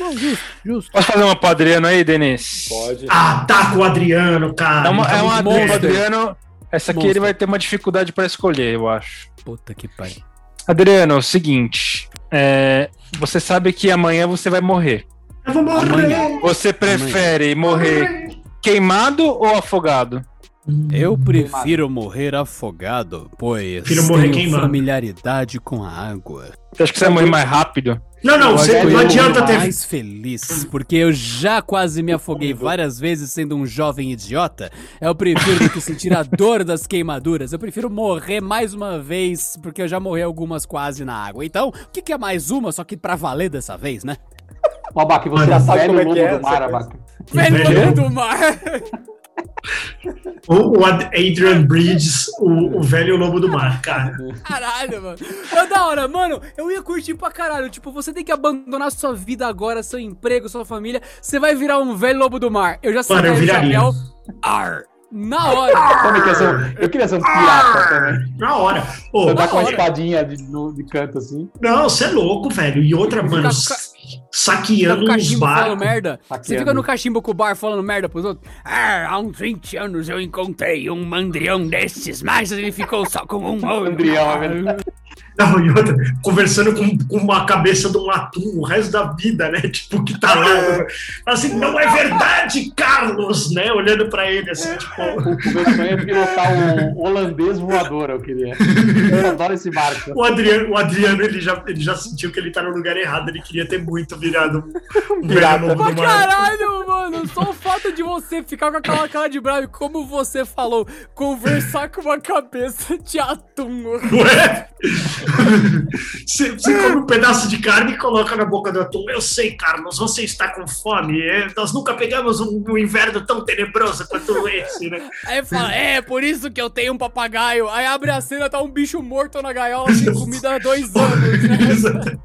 F: Bom, justo, justo.
E: Posso fazer uma pro Adriano aí, Denis?
B: Pode.
C: Ah, tá com o Adriano, cara.
E: É uma, é
C: Tá
E: uma
C: muito
E: pro
C: bom.
E: Adriano. Essa aqui ele
F: Monster.
E: vai ter uma dificuldade pra escolher, eu acho.
F: Puta que pariu.
E: Adriano, é o seguinte. é, você sabe que amanhã você vai morrer.
C: Eu vou morrer.
E: Você prefere morrer queimado ou afogado?
F: Eu prefiro morrer afogado, pois
C: Prefiro morrer
F: tenho
C: queimado.
F: familiaridade com a água.
E: Você acha que você vai morrer mais rápido?
C: Não, não,
D: Eu
C: você-
E: um
D: acho que
C: não
D: eu
C: adianta
D: vou
C: ter.
F: mais feliz, porque eu já quase me afoguei várias vezes sendo um jovem idiota. Eu prefiro do que sentir a dor das queimaduras. Eu prefiro morrer mais uma vez, porque eu já morri algumas quase na água. Então, o que, que é mais uma, só que pra valer dessa vez, né?
D: Ó, Abaca, você
C: Mano,
D: é
B: sabe
D: velho
B: como é
D: lobo
B: que é
D: do mar,
B: essa coisa?
D: Abaca.
C: Né?
F: Velho do mar!
C: O, o Ad- Adrian Bridges, o, o velho lobo do mar, cara.
F: Caralho, mano. Mas da hora, mano, eu ia curtir pra caralho. Tipo, você tem que abandonar sua vida agora, seu emprego, sua família. Você vai virar um velho lobo do mar. Eu já é
C: Mano, eu
F: sacaria o
C: viraria.
F: chapéu. Ar. Na hora.
D: Sabe que eu, sou, eu queria ser um
B: Ah!
D: pirata também.
C: Na hora. Ô,
E: tá
D: Andar com uma
F: hora.
D: espadinha de, no- de canto assim.
C: não, você é louco, velho. E outra, mano,
F: ca-
C: s-
F: Fica
C: saqueando
F: no
C: uns
F: cachimbo falando
C: barcos.
F: merda. Você fica no cachimbo com o bar falando merda pros outros. Ah, há uns 20 anos eu encontrei um mandrião desses, mas ele ficou só com um olho.
D: Andrião, é verdade.
C: Não, e outra, conversando com, com a cabeça de um atum o resto da vida, né? Tipo, que tá lá.
F: É.
C: né? Assim, não é verdade, Carlos, né? Olhando pra ele,
F: É.
C: assim, tipo.
D: O meu sonho é pilotar um holandês voador, eu queria. Eu adoro esse barco.
C: O Adriano, o Adriano ele, já, ele já sentiu que ele tá no lugar errado, ele queria ter muito virado um velho lobo
F: Pra
C: do mar.
F: caralho, mano! Só o fato de você ficar com aquela cara de bravo, e como você falou, conversar com uma cabeça de atum.
C: Ué? é. Você,
F: É.
C: você come um pedaço de carne e coloca na boca do atum. Eu sei, Carlos, você está com fome. É, nós nunca pegamos um, um inverno tão tenebroso quanto esse, né?
F: Aí fala, é, por isso que eu tenho um papagaio. Aí abre a cena, tá um bicho morto na gaiola, sem comida há dois anos. Né?
C: Exato.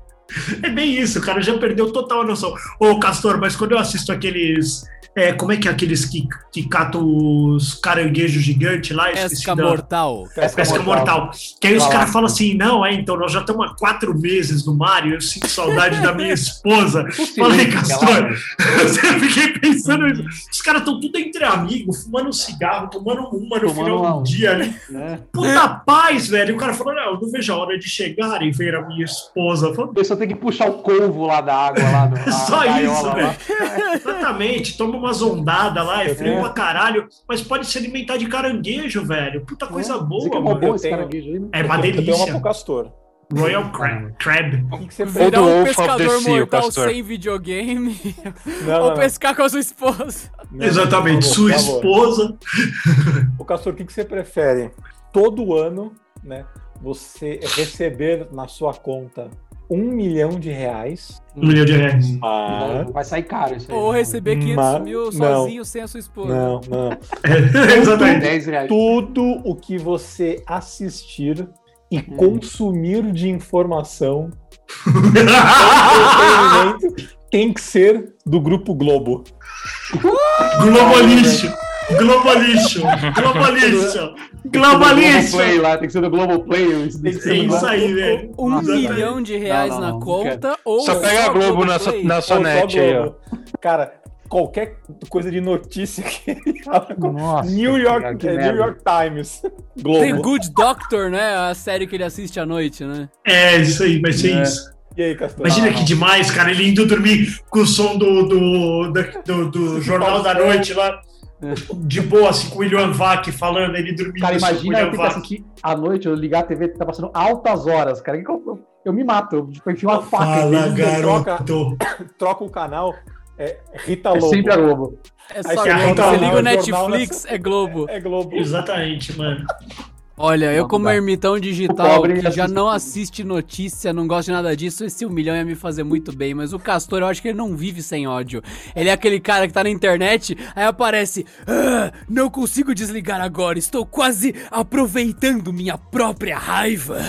C: É bem isso, cara. Já perdeu total a noção. Ô, Castor, mas quando eu assisto aqueles. é, como é que é aqueles que, que catam os caranguejos gigantes lá? Esqueci
F: Pesca
C: da-
F: mortal.
D: é
C: Pesca é mortal. Que aí os
D: Vai lá.
C: caras falam assim: não, é, então nós já estamos há quatro meses no mar e eu sinto saudade da minha esposa. Falei, Castor, eu fiquei pensando nisso. Os caras estão tudo entre amigos, fumando um cigarro, tomando uma no
D: Tomando
C: final
D: uma.
C: do dia ali.
D: Né?
C: Puta paz, velho. E o cara falou: não, eu não vejo a hora de chegar e ver a minha esposa. Eu falo,
D: Eu só tenho que puxar o couvo lá da água, lá do,
C: É só isso,
D: lá.
C: velho. Exatamente, toma umas ondadas lá, é frio
D: É.
C: pra caralho, mas pode se alimentar de caranguejo, velho. Puta coisa
D: Você
C: boa,
D: que é
C: mano.
D: bom esse
B: tenho-
D: caranguejo aí, né?
C: É uma
B: Eu tenho uma
C: delícia.
B: pro Castor.
C: Royal Crab. crab.
B: O que, que você
E: Ou
F: Virar
E: do
F: um
E: Wolf of the Sea,
F: pescador
E: o
F: mortal
E: pastor.
F: sem videogame.
B: Não,
F: ou pescar com a sua esposa.
B: não,
C: Exatamente,
B: Né? por
C: sua
B: favor, por favor.
C: esposa.
B: Ô, Castor, o que, que você prefere? Todo ano, né? Você receber na sua conta um milhão de reais, Ah,
C: Um milhão de reais.
B: Hum.
C: Ah.
B: mas
D: Vai sair caro isso aí.
F: Ou receber 500
B: Mas-
F: mil
B: não.
F: sozinho sem a sua esposa.
B: não, não.
C: Exatamente.
D: 10 reais.
B: Tudo o que você assistir e consumir de informação entretenimento, tem que ser do grupo Globo.
C: Globalixo. Globalixo. Globalixo. Globalixo.
D: Globoplay lá, tem que ser do Globoplay.
B: Tem que
C: É isso aí, velho.
F: Um
D: Nossa,
F: milhão de reais
D: Não, não, não,
F: na
D: não
F: conta ou.
E: Só pega a Globo na sua,
F: Play.
E: na sua
B: Ou só
E: net aí, ó.
B: Globo. Cara, qualquer coisa de notícia que ele fala com
D: Nossa,
B: New York,
D: cara, que
B: é,
D: merda.
B: New York Times.
F: Tem
B: Globo.
F: Good Doctor, né? A série que ele assiste à noite, né?
C: É isso aí, vai ser
D: É.
C: isso.
B: E aí, Castor?
C: Imagina
B: Ah,
C: que demais, cara, ele indo dormir com o som do, do, da- do, do Jornal da Noite lá, de boa, assim, com o William Vac falando, ele dormindo
D: Cara,
C: assim,
D: imagina
C: com o
D: eu
C: William
D: ter que
C: Vac.
D: assistir à noite, eu ligar a TV que tá passando altas horas, cara. Que que eu, eu me mato, eu tipo, enfio uma faca. em
C: Fala,
D: vez de-
C: garoto.
B: Troca o canal, é Rita
D: É
B: Lobo.
D: sempre a Globo.
F: É
B: Aí
F: só
B: você
F: Globo.
C: arranca lá
F: Você liga o
B: o jornal né?
F: Netflix, é Globo.
B: É Globo.
C: Exatamente, mano.
F: Olha, eu
D: Não
F: como
D: dá.
F: ermitão
D: O
F: digital
D: pobre
F: que já
D: assiste
F: não assiste notícia, não gosta de nada disso, esse humilhão ia me fazer muito bem, mas o Castor eu acho que ele não vive sem ódio. Ele é aquele cara que tá na internet, aí aparece, "Ah, não consigo desligar agora, estou quase aproveitando minha própria raiva.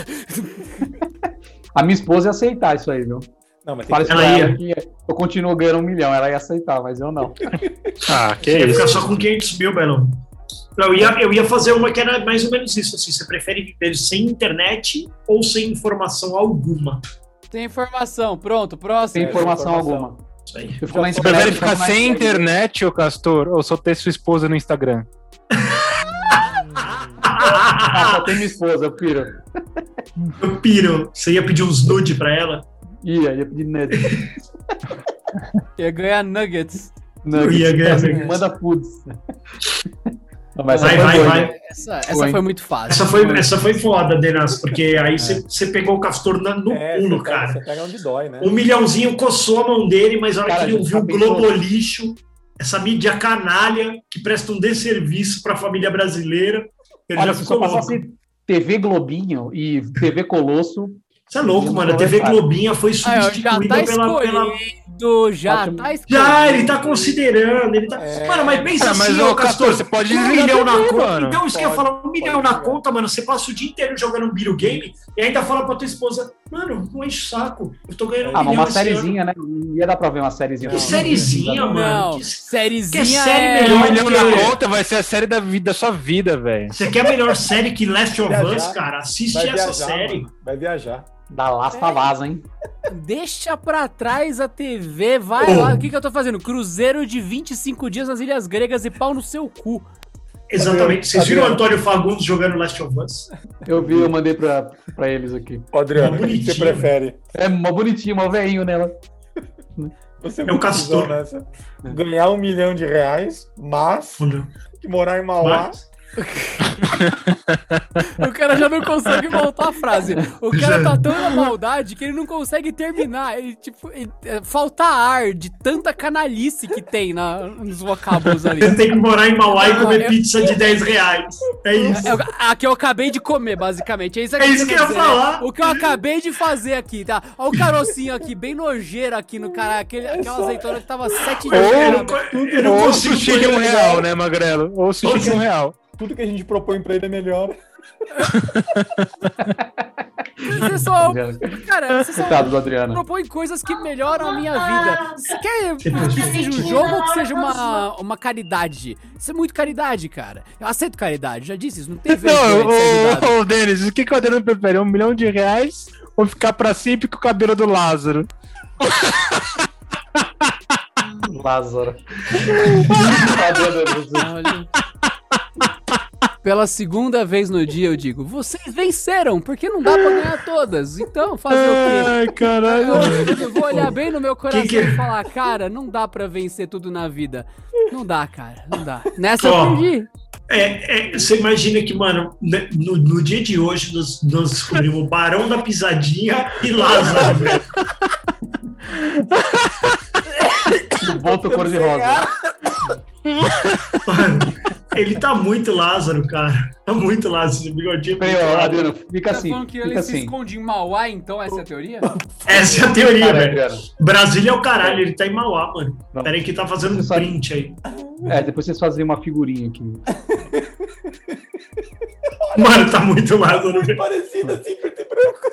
D: A minha esposa ia aceitar isso aí, viu?
B: Não, mas tem
D: Parece
B: que...
D: pra
C: Ela
D: ela que eu continuo ganhando um milhão, ela ia aceitar, mas eu não.
E: Ah, que
C: Ia
E: isso.
C: ficar só com 500 mil, Belão. Não, eu, ia, eu ia fazer uma que era mais ou menos isso. Assim, você prefere viver sem internet ou sem informação alguma?
F: Tem informação, pronto,
D: Sem
C: é,
F: próximo.
D: informação,
B: informação.
D: alguma.
C: Isso aí.
D: Eu fico na
E: Você prefere
D: eu fico
E: ficar
D: na
E: sem internet, ô Castor, ou só ter sua esposa no Instagram?
D: Ah, só tem minha esposa, eu piro.
C: Eu piro. Você ia pedir uns nude pra ela?
D: Ia, ia pedir nuggets.
F: Ia ganhar nuggets.
C: Eu ia ganhar. né?
D: Assim, Manda foods. Não, mas
C: Vai,
D: essa
C: vai,
D: foi
C: vai.
D: doida.
F: Essa, essa
D: Foi.
F: foi muito fácil.
C: Essa foi, essa foi foda, Denas, porque aí
D: É.
C: você você pegou o Castor na- no
B: É,
C: pulo,
B: você
D: tá
B: pega-
C: cara.
B: Você pega onde dói, né?
C: Um milhãozinho coçou a mão dele, mas na hora
D: Cara,
C: que ele
D: a gente
C: ouviu o
D: tá pensando-
C: Globolixo, essa mídia canalha que presta um desserviço pra família brasileira, ele
D: Olha,
C: já
D: se
C: ficou
D: só
C: louco.
D: passasse TV Globinho e TV Colosso,
C: Você é louco, mano. A
D: Não,
C: TV
D: cara.
C: Globinha foi
F: Ah, ó, já
C: substituída
F: tá
C: pela, pela.
F: escolhido, já
D: Ótimo.
F: tá escolhido.
C: Já, ele tá considerando. Ele tá...
B: É.
C: Mano, mas pensa
E: Ah, mas,
C: assim,
E: ô,
C: ô Castor.
E: Castor, você pode
C: um
E: ir
C: milhão na
E: também,
C: conta.
E: mano.
C: Então, isso que eu ia
B: Pode,
C: falar, um milhão
B: pode
C: na
B: jogar.
C: conta, mano. Você passa o dia inteiro jogando Biro Game e ainda fala pra tua esposa, mano, não enche o saco. Eu tô ganhando um
D: ah, mas
C: milhão
D: uma
C: esse ano."
D: sériezinha, né? Não ia dar pra ver uma sériezinha.
C: Que sériezinha, tá, mano.
F: Não,
C: Que
F: sériezinha
C: que série
F: é...
C: melhor
E: Um milhão
C: que-
E: na conta vai ser a série da, vida, da sua vida, velho.
C: Você quer a melhor série que Last of
B: Viajar.
C: Us, cara? Assiste
B: Vai
C: essa
B: viajar,
C: série.
B: mano. Vai viajar.
D: Da Lasta Vaza, hein?
F: Deixa pra trás a TV, vai
C: Oh.
F: lá. O que, que eu tô fazendo? Cruzeiro de 25 dias nas Ilhas Gregas e pau no seu cu.
C: Exatamente. Vocês
B: Adriano.
C: viram o Antônio Fagundes jogando Last of Us?
D: Eu vi, eu mandei pra, pra eles aqui.
B: Ô, Adriano, o
C: É
B: que que você
C: bonitinho.
B: prefere?
D: É mó bonitinho, mó veinho nela.
B: Você
C: É o Castor.
B: precisou nessa. né? Ganhar um milhão de reais, mas que morar em Mauá.
C: Mas-
F: O cara já não consegue voltar a frase. O cara tá tão na maldade que ele não consegue terminar. Ele, tipo, ele- é, falta ar de tanta canalice que tem na, nos vocábulos ali.
C: Você tem que morar em Mauá e
F: Não,
C: comer
F: eu-
C: pizza de 10 reais. É isso.
F: É, eu- a que eu acabei de comer, basicamente. É isso,
C: É isso que eu ia
F: dizer, né?
C: falar.
F: O que eu acabei de fazer aqui, tá? Olha o carocinho aqui, bem nojeira aqui no cara. Aquele, aquela azeitona que tava sete
C: Eu
F: dias. na
C: não,
F: cama.
C: co- eu não
E: Ou
C: consigo
E: sushi de
C: comer
E: um
C: isso.
E: real, né, Magrelo? Ou sushi de um real.
B: Tudo que a gente propõe pra ele é melhor.
F: Você só. Cara, você só
D: Coitado do Adriano.
F: propõe coisas que melhoram a minha vida. Ah. Você quer que
C: precisa.
F: seja um jogo ou que seja uma, uma caridade? Isso é muito caridade, cara. Eu aceito caridade, já disse isso. Não tem vergonha
E: Não,
F: de ser ajudado.
E: ô, ô, Denis, o que, que o Adriano prefere? Um milhão de reais ou ficar pra sempre com o cabelo do Lázaro?
D: Lázaro.
F: Olha. Pela segunda vez no dia eu digo, vocês venceram, porque não dá pra ganhar todas. Então, fazer o quê?
E: Ai, caralho.
F: Eu, eu vou olhar bem no meu coração
C: Que que-
D: é?
F: e falar, cara, não dá pra vencer tudo na vida. Não dá, cara, não dá. Nessa eu
C: Toma.
F: perdi.
C: É, é, você imagina que, mano, né, no, no dia de hoje nós, nós descobrimos o Barão da Pisadinha e Lázaro. velho.
D: Volta cor de rosa.
C: Mano, ele tá muito Lázaro, cara. Tá muito Lázaro. Esse bigodinho. é
D: Peraí,
C: muito
D: ó,
C: Lázaro.
D: Adriano, fica
F: Tá
D: assim.
F: falando que ele
D: Fica
F: se
D: assim.
F: esconde em Mauá, então essa é a teoria?
C: Essa é a teoria,
D: Cara,
C: velho.
D: Adriano.
C: Brasília é o caralho, ele tá em Mauá, mano.
D: Não.
C: Peraí que tá fazendo um
D: Você sabe-
C: print aí.
D: É, depois vocês fazem uma figurinha aqui.
C: Mano, tá muito Lázaro. velho.
B: Parecido assim, preto e branco.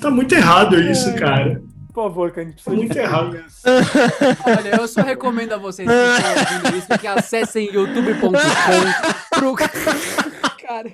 C: Tá muito errado isso, cara.
B: Por favor, que a gente
C: Tá
B: precisa
C: muito errado.
F: Olha, eu só recomendo a vocês que estão ouvindo isso que acessem youtube.com pro... Cara...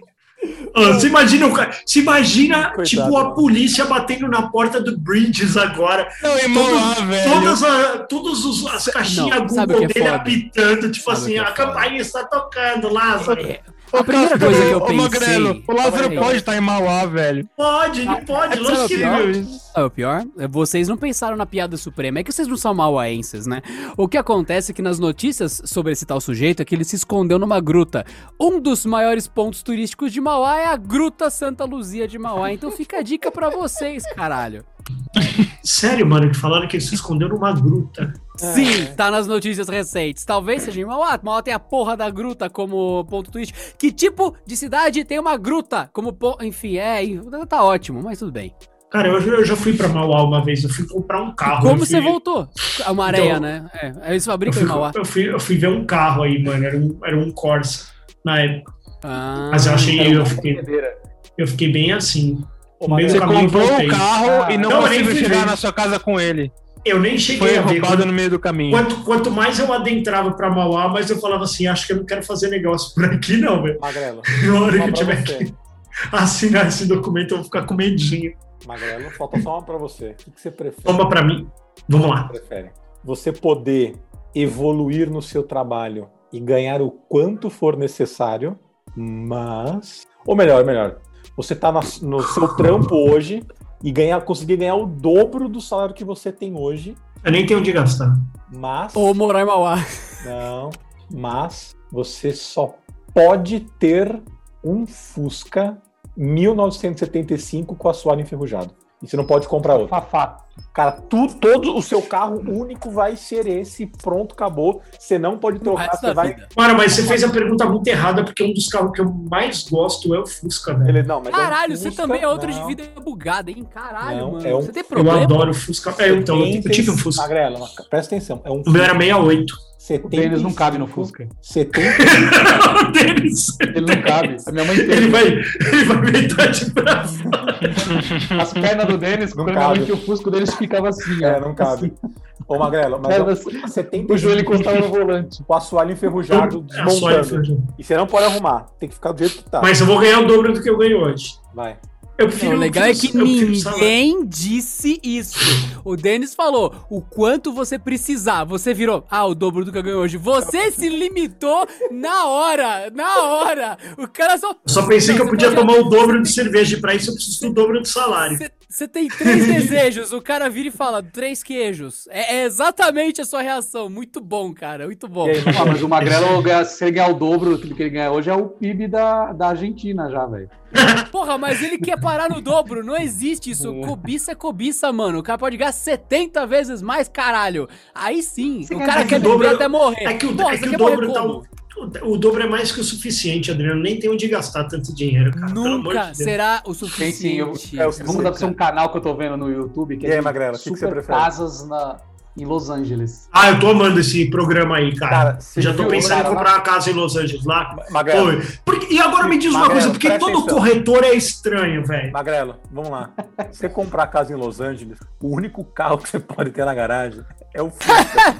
C: Ah, Você imagina, o cara- você imagina
B: Coitado,
C: tipo, a
B: mano.
C: polícia batendo na porta do Bridges agora.
E: Não, irmão lá, velho.
C: Todas, a, todas os- as caixinhas
F: não, sabe o
C: Google
F: que é
C: dele
F: foda?
C: apitando, tipo
F: Sabe o
C: assim,
F: que é
C: a
F: foda?
C: campainha está tocando, Lázaro.
F: é? A primeira coisa que eu
E: Ô, Magrelo,
F: pensei-
E: o Lázaro
F: Peraí.
E: pode estar em Mauá, velho.
C: Pode, ele pode,
F: sabe o é
C: lógico que
F: pior?
C: não.
F: Ah, o pior, é vocês não pensaram na piada suprema. É que vocês não são mauaenses, né? O que acontece é que nas notícias sobre esse tal sujeito é que ele se escondeu numa gruta. Um dos maiores pontos turísticos de Mauá é a Gruta Santa Luzia de Mauá. Então fica a dica pra vocês, caralho.
C: Sério, mano, que falaram que ele se escondeu numa gruta. É.
F: Sim, tá nas notícias recentes. Talvez seja em Mauá. Mauá tem a porra da gruta como ponto twist. Que tipo de cidade tem uma gruta como ponto... Enfim, é... Tá ótimo, mas tudo bem.
C: Cara, eu, eu já fui pra Mauá uma vez, eu fui comprar um carro.
F: Como
C: eu
F: você
C: fui-
F: voltou? É Uma areia,
C: Então-
F: né? É, eles
C: Eu
F: fabricam
C: fui,
F: em Mauá.
C: eu, fui, eu fui ver um carro aí, mano. Era um, era um Corsa na época.
F: Ah,
C: Mas eu achei,
D: um
C: eu fiquei,
D: Brincadeira.
C: eu fiquei bem assim.
B: Ô,
C: No meio
B: Magrelo,
E: Você
C: do caminho eu
E: comprou
C: voltei.
E: o carro e não,
C: Não, eu nem
E: conseguiu
C: fui
E: chegar
C: ver.
E: na sua casa com ele.
C: Eu nem cheguei
E: Foi
C: a ver.
E: roubado
C: Quanto,
E: no meio do caminho.
C: quanto, quanto mais eu adentrava pra Mauá, mais eu falava assim: acho que eu não quero fazer negócio por aqui, não, velho.
B: Magrelo,
C: Na
B: só
C: hora que eu
B: pra
C: tiver
B: você.
C: que assinar esse documento, eu vou ficar com medinho.
B: Magrelo, falta só uma pra você. O que, que você prefere?
C: Toma pra mim. Vamos lá.
B: prefere? Você poder evoluir no seu trabalho e ganhar o quanto for necessário, mas. Ou melhor, melhor, você tá na- no seu trampo hoje e ganhar, conseguir ganhar o dobro do salário que você tem hoje,
C: Eu nem tenho onde gastar.
B: mas.
F: Ah, Ou morar em Mauá.
B: Não. Mas você só pode ter um Fusca 1975 com assoalho enferrujado. E você não pode comprar outro.
D: Fafá.
B: Cara, tu, todo o seu carro único vai ser esse, pronto, acabou. Você não pode trocar,
F: Resto
B: você
F: da
B: vai.
F: vida.
C: Cara, mas você fez a pergunta muito errada, porque um dos carros que eu mais gosto é o Fusca, velho.
B: Ele, não, mas é um
F: Caralho, você
B: Fusca,
F: também é outro
B: não.
F: de vida bugada, hein? Caralho,
B: Não,
F: mano.
B: é um-
F: Você tem
C: Eu
F: problema?
C: adoro o Fusca. É, então, eu tive um Fusca.
B: Magrela, mas presta atenção. É um
C: O meu era 68.
D: O
B: 75,
D: tênis não cabe no Fusca.
B: 70,
C: É O deles.
D: Ele não cabe. A minha mãe
C: Ele
D: teve.
C: vai, ele vai deitar de braço.
D: As pernas do Denis,
B: Não
D: quando minha mãe
B: cabe.
D: tinha o Fusca, o Denis ficava assim.
B: é,
D: ó.
B: não cabe. Ô, Magrela, mas é um
D: Pernas-
B: 75
D: O joelho encostava no volante.
B: com assoalho enferrujado
C: É só ele,
B: desmontando. E você não pode arrumar, tem que ficar do jeito que tá.
C: Mas eu vou ganhar o dobro do que eu ganho hoje.
B: Vai.
C: Eu
F: Não,
C: prefiro,
F: o legal é que
C: eu prefiro salário.
F: ninguém disse isso. O Denis falou o quanto você precisar. Você virou, ah, o dobro do que eu ganho hoje. Você se limitou na hora, na hora. O cara só.
C: Eu só pensei que eu
F: Você
C: podia
F: pode-
C: tomar um o dobro de cerveja e pra isso eu preciso do dobro do salário.
F: Você- Você tem três desejos, o cara vira e fala, três queijos. É, é exatamente a sua reação. Muito bom, cara, muito bom.
B: E aí,
D: Ah, mas o Magrelo, ganha- se ele ganhar o dobro do que ele ganha hoje, é o PIB da, da Argentina já, velho.
F: Porra, mas ele quer parar no dobro, não existe isso. Cobiça é cobiça, mano. O cara pode ganhar 70 vezes mais, caralho. Aí sim,
D: Você
F: o
D: quer
F: cara
D: mais
F: quer
C: que o dobro-
F: beber até morrer.
C: É que o,
F: Porra,
C: é
F: você
C: que o
F: quer
C: dobro
F: morrer
C: tá.
F: como?
C: O, o dobro é mais que o suficiente, Adriano. Nem tem onde gastar tanto dinheiro, cara. Pelo amor de
F: Nunca
C: Deus.
F: será o
D: Sim, sim, eu-
F: suficiente.
B: é o
D: Vamos
B: Sim,
D: dar pra ser um canal que eu tô vendo no YouTube. Que é
B: E aí,
D: de
B: Magrelo, o que que
D: super
B: você prefere?
D: casas na, em Los Angeles.
C: Ah, eu tô amando esse programa aí, cara.
B: Cara, você
C: Já tô
B: viu,
C: pensando
B: cara,
C: em comprar uma casa em Los Angeles lá.
B: Magrelo,
C: Oi. Porque- e agora me diz uma
B: Magrelo,
C: coisa, porque
B: presta
C: todo
B: atenção.
C: corretor é estranho, velho.
B: Magrelo, vamos lá. Se você comprar casa em Los Angeles, o único carro que você pode ter na garagem é o Fusca.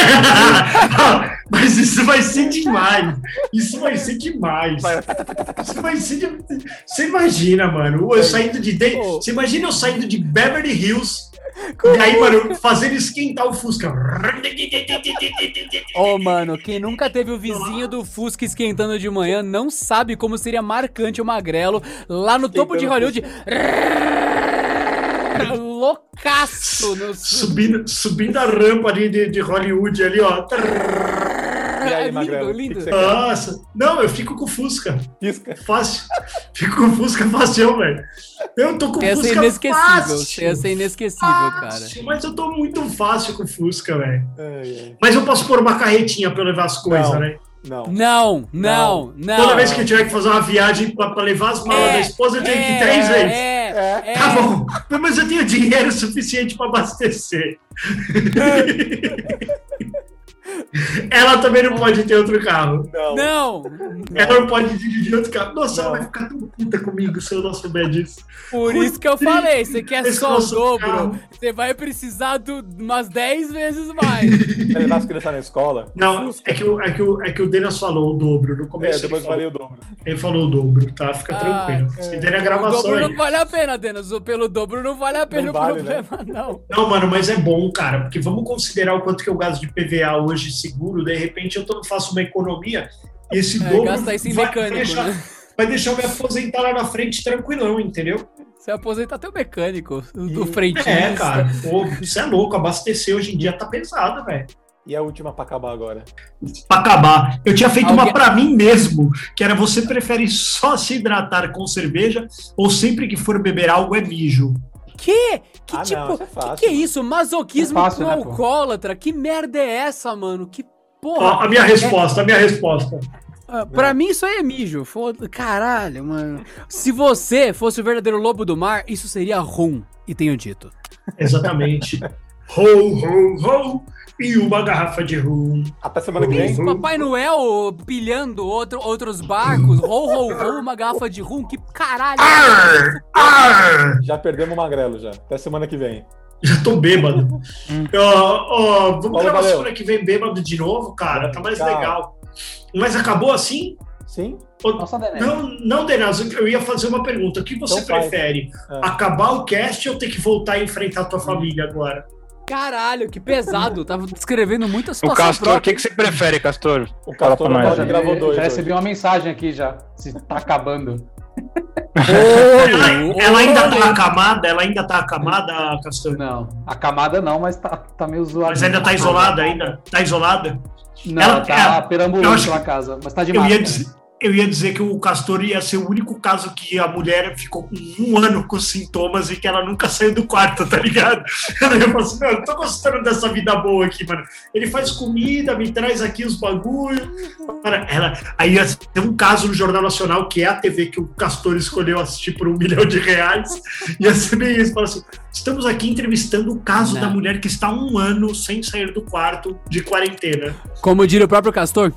C: Mas isso vai ser demais. Isso vai ser demais. Isso vai ser de... Você imagina, mano, eu saindo de... de-
F: Pô.
C: Você imagina eu saindo de Beverly Hills e aí, mano, fazendo esquentar o Fusca.
F: Ô, mano, quem nunca teve o vizinho do Fusca esquentando de manhã não sabe como seria marcante o magrelo lá no topo de Hollywood. Loucaço no
C: Subindo, subindo a rampa ali de, de Hollywood ali, ó.
B: E aí,
F: lindo,
B: Magrelo, o que
F: lindo.
B: que você quer?
C: Nossa. Não, eu fico com o Fusca.
B: Pisca.
C: Fácil. Fico com o Fusca fácil, velho. Eu tô com o
F: Essa é
C: Fusca
F: inesquecível,
C: fácil.
F: essa é inesquecível, cara.
C: Fácil, Mas eu tô muito fácil com o Fusca, velho.
B: Ai, ai.
C: Mas eu posso pôr uma carretinha pra eu levar as coisas,
B: Não.
C: né?
B: Não.
F: Não, não, não.
C: Toda vez que eu tiver que fazer uma viagem pra, pra levar as malas
F: É,
C: da esposa, eu tenho que ir três
F: é,
C: vezes.
F: É, é.
C: Tá bom, mas eu tenho dinheiro suficiente pra abastecer. Ela também não pode ter outro carro.
B: Não.
F: Não,
C: Ela não pode dirigir outro carro. Nossa,
B: Não.
C: ela vai ficar tão puta comigo se eu não souber disso.
F: por isso que eu falei, você quer
C: Esse
F: só o
C: nosso
F: dobro,
C: carro.
F: você vai precisar de umas 10 vezes mais.
B: Pra levar as crianças na escola.
C: Não, é que, o, é, que o, é que o Denis falou o dobro no
B: É,
C: começo.
B: depois
C: ele,
B: valeu
C: falou,
B: o dobro.
C: ele falou o dobro, tá? Fica
F: Ah,
C: tranquilo. Se der a
F: O
C: gravação é
F: dobro
C: aí.
F: não vale a pena, Denis. O Pelo dobro não vale a
B: Não
F: pena
B: vale, né?
F: o problema, não.
C: Não, mano, mas é bom, cara, porque vamos considerar o quanto que eu gasto de PVA hoje seguro, de repente eu tô- faço uma economia, esse
F: É,
C: dobro
F: gastar isso em mecânico,
C: deixar,
F: né?
C: vai deixar eu me aposentar lá na frente tranquilão, entendeu?
F: Você aposenta até o mecânico, o do
B: E-
F: frentista.
C: É, cara, pô, você é louco, abastecer hoje em dia tá pesado, velho.
B: E a última pra acabar agora.
C: Pra acabar, eu tinha feito uma
F: Alguém-
C: pra mim mesmo, que era você prefere só se hidratar com cerveja ou sempre que for beber algo é mijo?
F: quê? Que
B: Ah, não,
F: tipo.
B: isso é fácil,
F: que que é
B: mano.
F: isso? Masoquismo
D: É fácil,
F: com
D: né, pô?
F: alcoólatra? Que merda é essa, mano? Que
C: Ó,
F: porra.
C: a minha resposta, a minha resposta.
F: Ah, pra mim isso aí é mijo. Foda- Caralho, mano. Se você fosse o verdadeiro lobo do mar, isso seria rum. E tenho dito.
C: Exatamente. Ho, ho, ho. E uma garrafa de rum.
B: Até semana que vem.
C: Rum.
F: Papai Noel pilhando outro- outros barcos, rou, rou, rou, uma garrafa de rum, que caralho.
C: Arr, arr.
B: Já perdemos o magrelo já. Até semana que vem.
C: Já tô bêbado. Ó, ó, vamos
B: Hum. Falou,
C: gravar
B: valeu.
C: semana que vem bêbado de novo, cara. Tá mais
B: Tchau.
C: legal. Mas acabou assim?
B: Sim?
D: Nossa, Dené.
C: Não, não, Denaz, eu ia fazer uma pergunta. O que você
B: É. Então faz.
C: prefere?
B: Ah.
C: Acabar o cast ou ter que voltar e enfrentar a tua família agora?
F: Caralho, que pesado. Tava descrevendo muita
E: O
F: situação
E: Castor, o que,
F: própria.
E: que você prefere, Castor?
B: O
E: Fala
B: Castor
E: pra nós,
B: agora já
E: gente.
B: gravou dois.
D: já
B: hoje.
D: recebi uma mensagem aqui já. Se tá acabando.
C: Ela, ela ainda tá acamada? Ela ainda tá acamada, Castor?
D: Não, a camada não, mas tá, tá meio zoado.
C: Mas ainda tá isolada ainda? Tá isolada?
D: Não,
C: Ela-
D: tá
C: ela- eu
D: perambulando
C: acho
D: pela
C: que-
D: casa, mas tá de
C: Eu
D: máscara.
C: ia, dizer, eu ia dizer que o Castor ia ser o único caso que a mulher ficou com um ano com sintomas e que ela nunca saiu do quarto, tá ligado? Ela ia falar assim, não, eu tô gostando dessa vida boa aqui, mano. Ele faz comida, me traz aqui os bagulho. Cara, ela, aí ia ter um caso no Jornal Nacional, que é a TV que o Castor escolheu assistir por um milhão de reais. Ia ser bem isso, fala assim, estamos aqui entrevistando o caso
F: Não.
C: da mulher que está há um ano sem sair do quarto de quarentena.
F: Como diria o próprio Castor.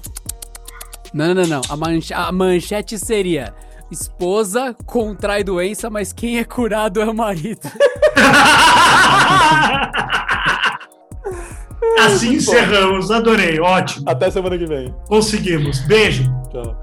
F: Não, não, não. não. A, manche- a manchete seria: esposa contrai doença, mas quem é curado é o marido.
C: Assim encerramos, adorei, ótimo.
B: Até semana que vem.
C: Conseguimos. Beijo.
B: Tchau.